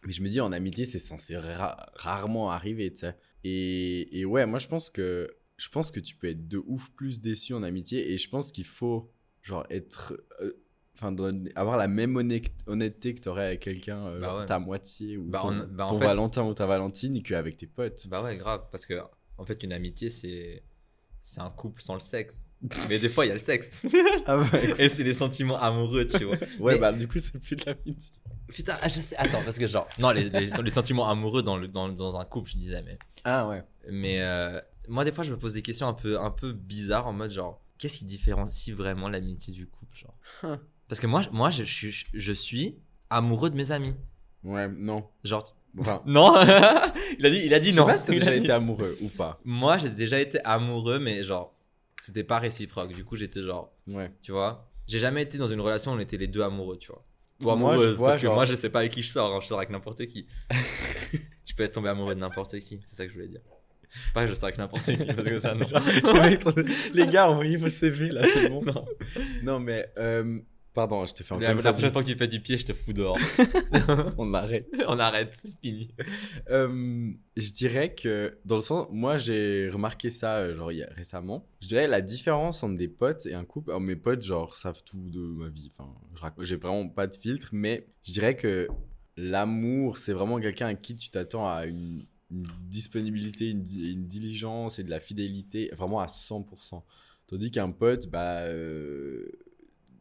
Mais je me dis, en amitié, c'est censé ra- rarement arriver, tu sais. Et, et ouais, moi, je pense que. Je pense que tu peux être de ouf plus déçu en amitié et je pense qu'il faut, genre, être. euh, Enfin, donner- avoir la même honnêt- honnêteté que t'aurais avec quelqu'un, euh, Bah genre ouais. ta moitié ou Bah, ton, en- bah, en ton fait- Valentin ou ta Valentine et qu'avec tes potes. Bah ouais, grave, parce que en fait, une amitié, c'est c'est un couple sans le sexe. Mais des fois, il y a le sexe. Ah ouais. Et c'est les sentiments amoureux, tu vois. Ouais, Mais- bah du coup, c'est plus de l'amitié. Putain, ah, je sais. Attends, parce que genre, non, les, les, les sentiments amoureux dans, le, dans, dans un couple, je disais, mais. Ah ouais. Mais euh, moi, des fois, je me pose des questions un peu, un peu bizarres en mode genre, qu'est-ce qui différencie vraiment l'amitié du couple genre Huh. Parce que moi, je- moi je, suis, je suis amoureux de mes amis. Ouais, non. Genre, Enfin, non Il a dit, il a dit je sais non. pas si t'as Il a déjà dit- été amoureux ou pas. Moi, j'ai déjà été amoureux, mais genre, c'était pas réciproque. Du coup, j'étais genre, Ouais. tu vois, j'ai jamais été dans une relation où on était les deux amoureux, tu vois. Ou Moi, amoureuse, je vois, parce que genre- moi, je sais pas avec qui je sors, hein, je sors avec n'importe qui. je peux être tombé amoureux de n'importe qui, c'est ça que je voulais dire. Pas que je sors avec n'importe qui, parce que ça, non. Les gars, envoyez vos CV là, c'est bon. Non. Non, mais. euh, Pardon, je t'ai fait un La, peu. la prochaine fois que tu fais du pied, je te fous dehors. On arrête. on arrête, c'est fini. Euh, je dirais que, dans le sens, moi j'ai remarqué ça euh, genre il y a- récemment. Je dirais la différence entre des potes et un couple. Alors, mes potes, genre, savent tout de ma vie. Enfin, je rac- j'ai vraiment pas de filtre, mais je dirais que l'amour, c'est vraiment quelqu'un à qui tu t'attends à une, une disponibilité, une, di- une diligence et de la fidélité, vraiment à 100%. Tandis qu'un pote, bah. euh,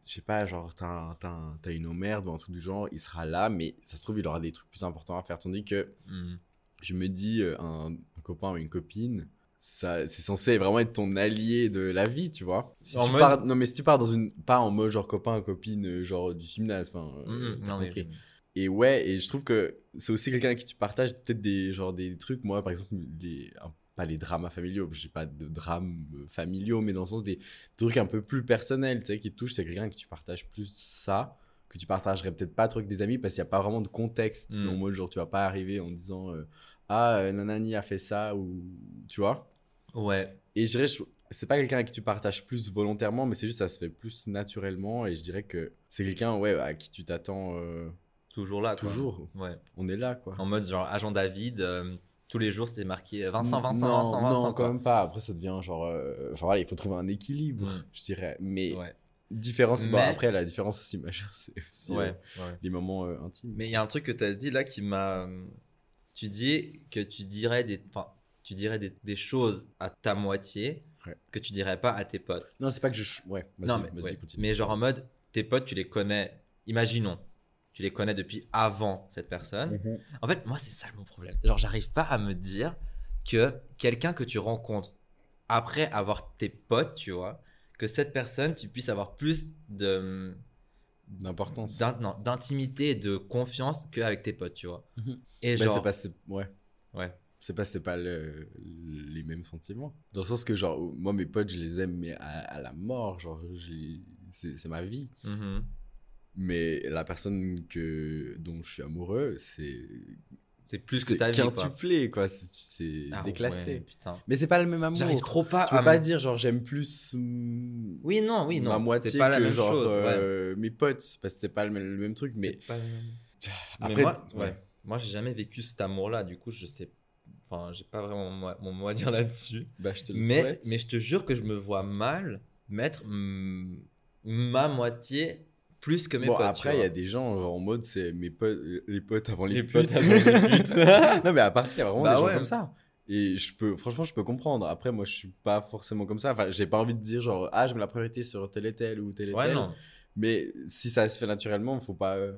je sais pas, genre, t'as un- t'as un- t'as une emmerde ou un truc du genre, il sera là, mais ça se trouve, il aura des trucs plus importants à faire. Tandis que Hmm. je me dis euh, un, un copain ou une copine ça c'est censé vraiment être ton allié de la vie tu vois si En tu mode- pars non mais si tu pars dans une pas en mode genre copain copine euh, genre du gymnase enfin euh, t'as Mm, Hmm, Non, mais- compris. et ouais et je trouve que c'est aussi quelqu'un à qui tu partages peut-être des genre des trucs moi par exemple les un pas les dramas familiaux, j'ai pas de drames euh, familiaux, mais dans le sens des trucs un peu plus personnels, tu sais, qui te touchent, c'est quelqu'un que tu partages plus ça, que tu partagerais peut-être pas trop avec des amis, parce qu'il n'y a pas vraiment de contexte Mm. dans le mot jour. Tu vas pas arriver en disant euh, Ah, euh, Nanani a fait ça, ou tu vois. Ouais. Et je dirais, je- c'est pas quelqu'un à qui tu partages plus volontairement, mais c'est juste ça se fait plus naturellement, et je dirais que c'est quelqu'un ouais, à qui tu t'attends euh, Toujours là. quoi. toujours. Ouais. On est là, quoi. En mode genre agenda vide. euh, tous les jours, c'était marqué euh, Vincent, Vincent, Non, Vincent, non, Vincent. quand quoi. même pas. Après, ça devient genre. euh, Enfin voilà, il faut trouver un équilibre, Mm. je dirais. Mais Ouais. différence. bon, Mais- après, la différence aussi majeure, c'est aussi euh, Ouais. ouais. les moments euh, intimes. Mais il y a un truc que tu as dit là qui m'a. euh, Tu dis que tu dirais des, enfin, tu dirais des, des choses à ta moitié Ouais. que tu dirais pas à tes potes. Non, c'est pas que je. ch- Ouais, vas-y, non, mais, vas-y, ouais. continue. mais genre en mode, tes potes, tu les connais, imaginons, tu les connais depuis avant cette personne. Mhm. En fait, moi, c'est ça mon problème. Genre, j'arrive pas à me dire que quelqu'un que tu rencontres après avoir tes potes, tu vois, que cette personne, tu puisses avoir plus de hum, D'importance. d'in- non, d'intimité et de confiance qu'avec tes potes, tu vois. Mhm. Et Bah, genre, c'est pas. c'est- Ouais. Ouais. C'est pas, c'est pas le- les mêmes sentiments. Dans le sens que, genre, moi, mes potes, je les aime, mais à, à la mort. Genre, je les- c'est c'est ma vie. Mhm. Mais la personne que, dont je suis amoureux, c'est. c'est plus que c'est ta vie. quoi. quintuplé, quoi. C'est- C'est Ah déclassé. ouais, putain. Mais c'est pas le même amour. J'arrive trop pas Tu peux à. pas me- dire genre j'aime plus mm, Oui, non, oui, non. ma moitié c'est pas que la même genre chose. ouais. euh, mes potes parce que c'est pas le même, le même truc. C'est Mais pas la même- Mais après, moi, ouais. ouais. Moi, j'ai jamais vécu cet amour-là. Du coup, je sais. Enfin, j'ai pas vraiment mon mot- mon mot à dire là-dessus. bah, je te le Mais, souhaite. mais je te jure que je me vois mal mettre mm, ma moitié plus que mes bon potes. après il y a des gens genre, en mode c'est mes potes euh, les potes avant les, Les potes. putes avant les putes. non mais à part ça il y a vraiment Bah des gens ouais. comme ça. Et je peux franchement je peux comprendre. Après moi je suis pas forcément comme ça. Enfin j'ai pas envie de dire genre ah je mets la priorité sur tel et tel ou tel et Ouais, tel. non. Mais si ça se fait naturellement faut pas euh,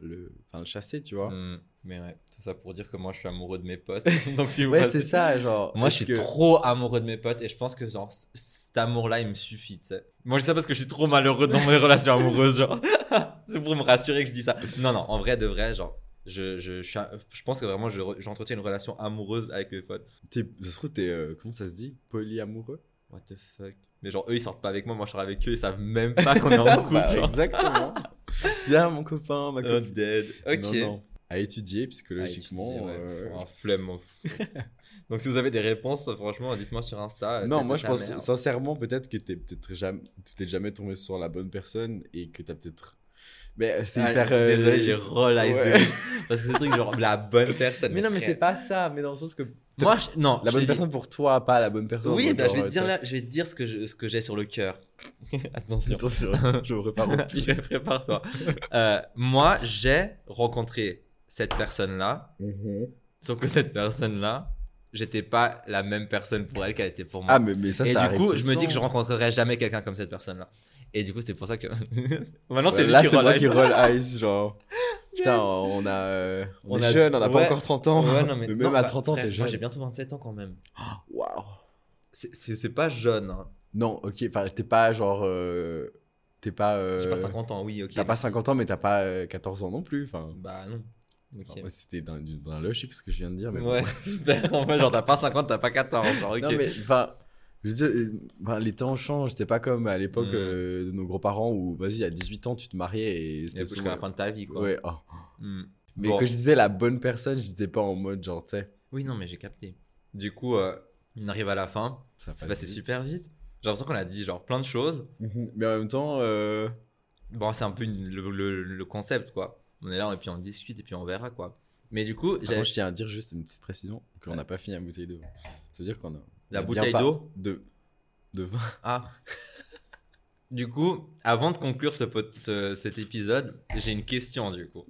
le enfin le chasser tu vois. Mm, Mais ouais, tout ça pour dire que moi, je suis amoureux de mes potes. Donc, si vous Ouais passez- c'est ça genre. Moi, je est-ce suis que- trop amoureux de mes potes et je pense que genre c- cet amour-là, il me suffit. tu sais. Moi, je dis ça parce que je suis trop malheureux dans mes relations amoureuses. Genre, c'est pour me rassurer que je dis ça. Non, non, en vrai, de vrai, genre, je, je, je suis un- je pense que vraiment, je re- j'entretiens une relation amoureuse avec mes potes. T'es- ça se trouve, t'es. euh, comment ça se dit Polyamoureux What the fuck. Mais genre, eux, ils sortent pas avec moi, moi, je sors avec eux, ils savent même pas qu'on est en couple. Bah, genre. Exactement. Tiens, mon copain, ma Oh, copine. dead. Ok. Non, non. À étudier Ah, psychologiquement. étudier, ouais, euh, faut- un flemme. mon fou. Donc, si vous avez des réponses, franchement, dites-moi sur Insta. Non, tête moi de je ta pense mère. sincèrement peut-être que t'es peut-être jamais, t'es peut-être jamais tombé sur la bonne personne et que t'as peut-être. Mais euh, c'est Ah, hyper. euh, Désolé, je- j'ai realized Ouais. de Parce que c'est le truc, genre, la bonne personne. Mais non, mais frère. c'est pas ça. Mais dans le sens que Moi, je- non, la je bonne te dis- personne pour toi, pas la bonne personne. Oui, donc, bah, je vais genre, te dire, tu vois. là, je vais te dire ce que je- ce que j'ai sur le cœur. Attention. Attention, je me prépare au pire. Je- Prépare-toi. Euh, moi, j'ai rencontré cette personne-là, sauf que cette personne-là, j'étais pas la même personne pour elle qu'elle était pour moi. Ah, mais, mais ça, et ça du arrive coup, tout je le me dis que je temps. rencontrerai jamais quelqu'un comme cette personne-là. Et du coup, c'est pour ça que. Maintenant, c'est Ouais, lui là, qui c'est moi relâche. qui roll eyes, genre. Putain, on a, euh, on On est a- jeune, on n'a ouais. pas encore 30 ans. Ouais, non, mais même non, à bah, 30 ans, frère, t'es Moi, jeune. j'ai bientôt 27 ans quand même. Waouh. C'est- C'est c'est pas jeune. hein. Non, ok, enfin, t'es pas genre. euh, T'es pas. euh, J'ai pas 50 ans, oui, ok. T'as pas 50 ans, mais t'as pas euh, 14 ans non plus. Enfin, Bah non. Ok. enfin, moi, c'était d'un d'un logique ce que je viens de dire. Mais bon. ouais, super. En fait, genre, t'as pas 50, t'as pas 14. Genre, ok. Non, mais enfin. Je veux dire, euh, enfin, les temps changent, c'est pas comme à l'époque Mm. euh, de nos grands-parents où, vas-y, à 18 ans, tu te mariais et Et c'était jusqu'à la souvent- fin de ta vie, quoi. Ouais, oh. Hmm. Mais Bon. quand je disais la bonne personne, je disais pas en mode genre, tu sais, Oui, non, mais j'ai capté. Du coup, euh, on arrive à la fin. ça C'est passé vite. super vite. J'ai l'impression qu'on a dit, genre, plein de choses. Mhm. Mais en même temps, euh, Bon, c'est un peu une- le, le- le concept, quoi. On est là, et puis on discute, et puis on verra, quoi. Mais du coup, par j'ai contre, ah, je tiens à dire juste une petite précision qu'on n'a pas fini la bouteille de vin. Ça veut dire qu'on a la on a bien bouteille pas- d'eau. de de vin. Ah. Du coup, avant de conclure ce, pot- ce- cet épisode, j'ai une question du coup.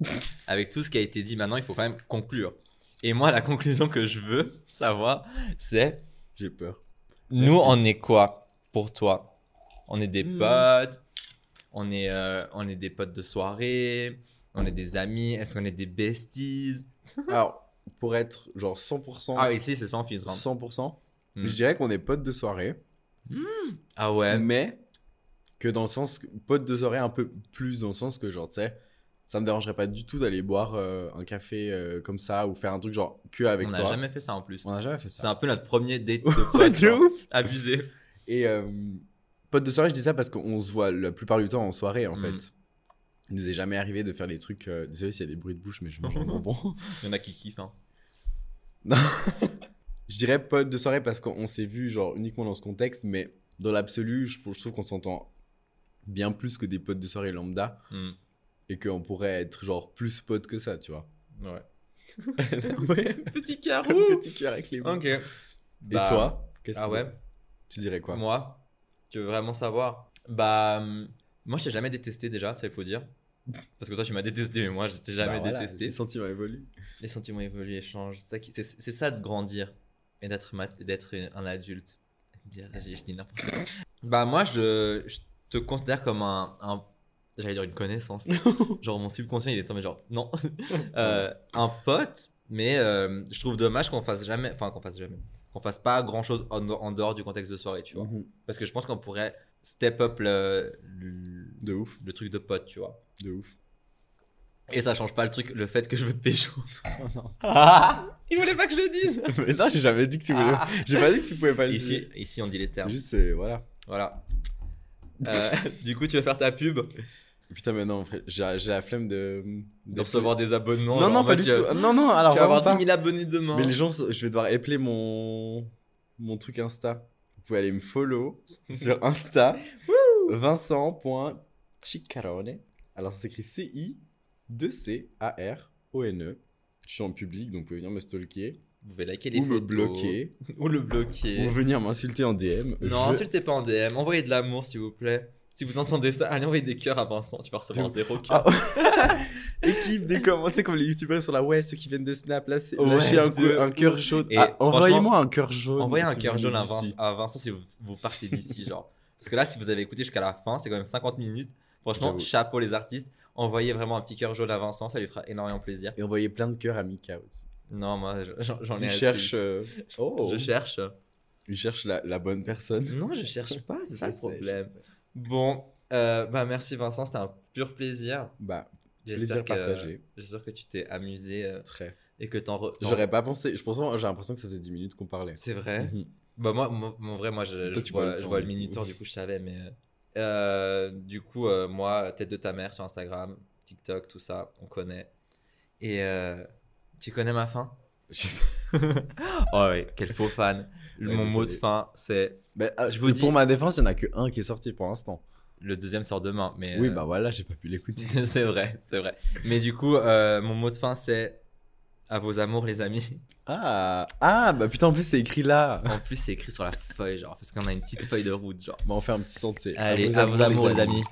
Avec tout ce qui a été dit maintenant, il faut quand même conclure. Et moi, la conclusion que je veux savoir, c'est J'ai peur. nous, on est quoi pour toi On est des Hmm. potes, on est, euh, on est des potes de soirée, on est des amis, est-ce qu'on est des besties Alors, pour être genre 100%, Ah, ici, c'est sans filtre. hein. 100%, Mm. je dirais qu'on est potes de soirée, Ah ouais. mais que dans le sens que- potes de soirée un peu plus dans le sens que genre, tu sais, Ça me dérangerait pas du tout d'aller boire euh, un café euh, comme ça ou faire un truc genre que avec on toi. n'a jamais fait ça en plus. On n'a jamais fait C'est ça. un peu notre premier date de Ouais, potes, de genre. ouf. abusé. Et euh, pote de soirée, je dis ça parce qu'on se voit la plupart du temps en soirée en Mm. fait. Il nous est jamais arrivé de faire des trucs. euh, Désolé s'il y a des bruits de bouche, mais je mange un bonbon. Il y en a qui kiffent. Hein. Je dirais pote de soirée parce qu'on s'est vu genre uniquement dans ce contexte, mais dans l'absolu, je, je trouve qu'on s'entend bien plus que des potes de soirée lambda Hmm. et qu'on pourrait être genre plus potes que ça, tu vois. Ouais. ouais, Petit un carreau. petit cœur avec les mains. Ok. Et toi Qu'est-ce que Ah tu- ouais. Tu dirais quoi Moi, tu veux vraiment savoir Bah, hum, moi, je t'ai jamais détesté déjà, ça il faut dire. Parce que toi, tu m'as détesté, mais moi, je t'ai jamais Bah voilà, détesté. Les sentiments évoluent. Les sentiments évoluent et changent. C'est ça, qui- c'est- c'est ça de grandir et d'être mat- et d'être un adulte. Dire- Je, je dis n'importe quoi. bah, moi, je, je te considère comme un. un- J'allais dire une connaissance. genre, mon subconscient, il est tombé genre. Non. Euh, un pote, mais euh, je trouve dommage qu'on fasse jamais. Enfin, qu'on fasse jamais. Qu'on fasse pas grand chose en, en dehors du contexte de soirée, tu vois. Mhm. Parce que je pense qu'on pourrait step up le, le, De ouf, le truc de pote, tu vois. de ouf. Et ça change pas le truc, le fait que je veux te pécho. Oh non. Il voulait pas que je le dise mais non, j'ai jamais dit que tu voulais. J'ai pas dit que tu pouvais pas le Mm-hmm. Ah, ici, dire. ici, on dit les C'est termes. juste, c'est- voilà. Voilà. Euh, du coup, tu vas faire ta pub Putain, mais non, frère, j'ai j'ai la flemme de. de recevoir des abonnements. Non, genre, en non, pas mode, du tu- tout. Non, non, alors. euh, Tu vas avoir vraiment 10 000 abonnés demain. Mais les gens, je vais devoir épeler mon mon truc Insta. Vous pouvez aller me follow sur Insta. Vincent.cicarone. Alors ça s'écrit C I 2 C A R O N E. Je suis en public, donc vous pouvez venir me stalker Vous pouvez liker les ou me photos. bloquer Ou le ou bloquer. venir m'insulter en DM. Non, Je- insultez pas en DM. Envoyez de l'amour, s'il vous plaît. Si vous entendez ça, allez envoyer des cœurs à Vincent. Tu vas recevoir zéro Ah, cœur. équipe des commentaires comme les youtubeurs sur la ouais ceux qui viennent de Snap là, c'est- Ouais, lâchez un, de cou- un cœur jaune. Et Ah, Envoyez-moi franchement, un cœur jaune. Envoyez un si cœur vous jaune à, venez Vince- d'ici. à Vincent si vous, vous partez d'ici, genre. Parce que là, si vous avez écouté jusqu'à la fin, c'est quand même 50 minutes. Franchement, J'avoue. chapeau les artistes. Envoyez vraiment un petit cœur jaune à Vincent, ça lui fera énormément plaisir. Et envoyez plein de cœurs à Mika aussi. Non, moi, je- j'en j'en ai Il assez. cherche. euh, Oh. Je cherche. Il cherche la, la bonne personne. Non, je cherche pas, c'est ça Je le sais, problème. je sais. Bon, euh, bah merci Vincent, c'était un pur plaisir. Bah, J'espère Plaisir que, euh, partagé. J'espère que tu t'es amusé euh, très. et que t'en. re- t'en- J'aurais pas pensé. Je pense, j'ai l'impression que ça faisait 10 minutes qu'on parlait. C'est vrai. Mhm. Bah moi, mon, mon vrai, moi, je, Toi, je tu vois vois, le je temps, vois le du coup. minuteur, du coup, je savais, mais... euh, euh, du coup, euh, moi, tête de ta mère sur Instagram, TikTok, tout ça, on connaît. Et euh, tu connais ma fin Je- Oh oui, quel faux fan. Le- Ouais, Mon mot de désolé. fin, c'est... Bah, ah, Je vous dis- Pour ma défense, il y en a que un qui est sorti pour l'instant. Le deuxième sort demain, mais... Oui, euh, bah voilà, j'ai pas pu l'écouter. c'est vrai, c'est vrai. Mais du coup, euh, mon mot de fin, c'est... À vos amours, les amis. Ah, ah, bah putain, en plus, c'est écrit là. En plus, c'est écrit sur la feuille, genre, parce qu'on a une petite feuille de route, genre. Bah, on fait un petit santé. Allez, à vos amours, les amis.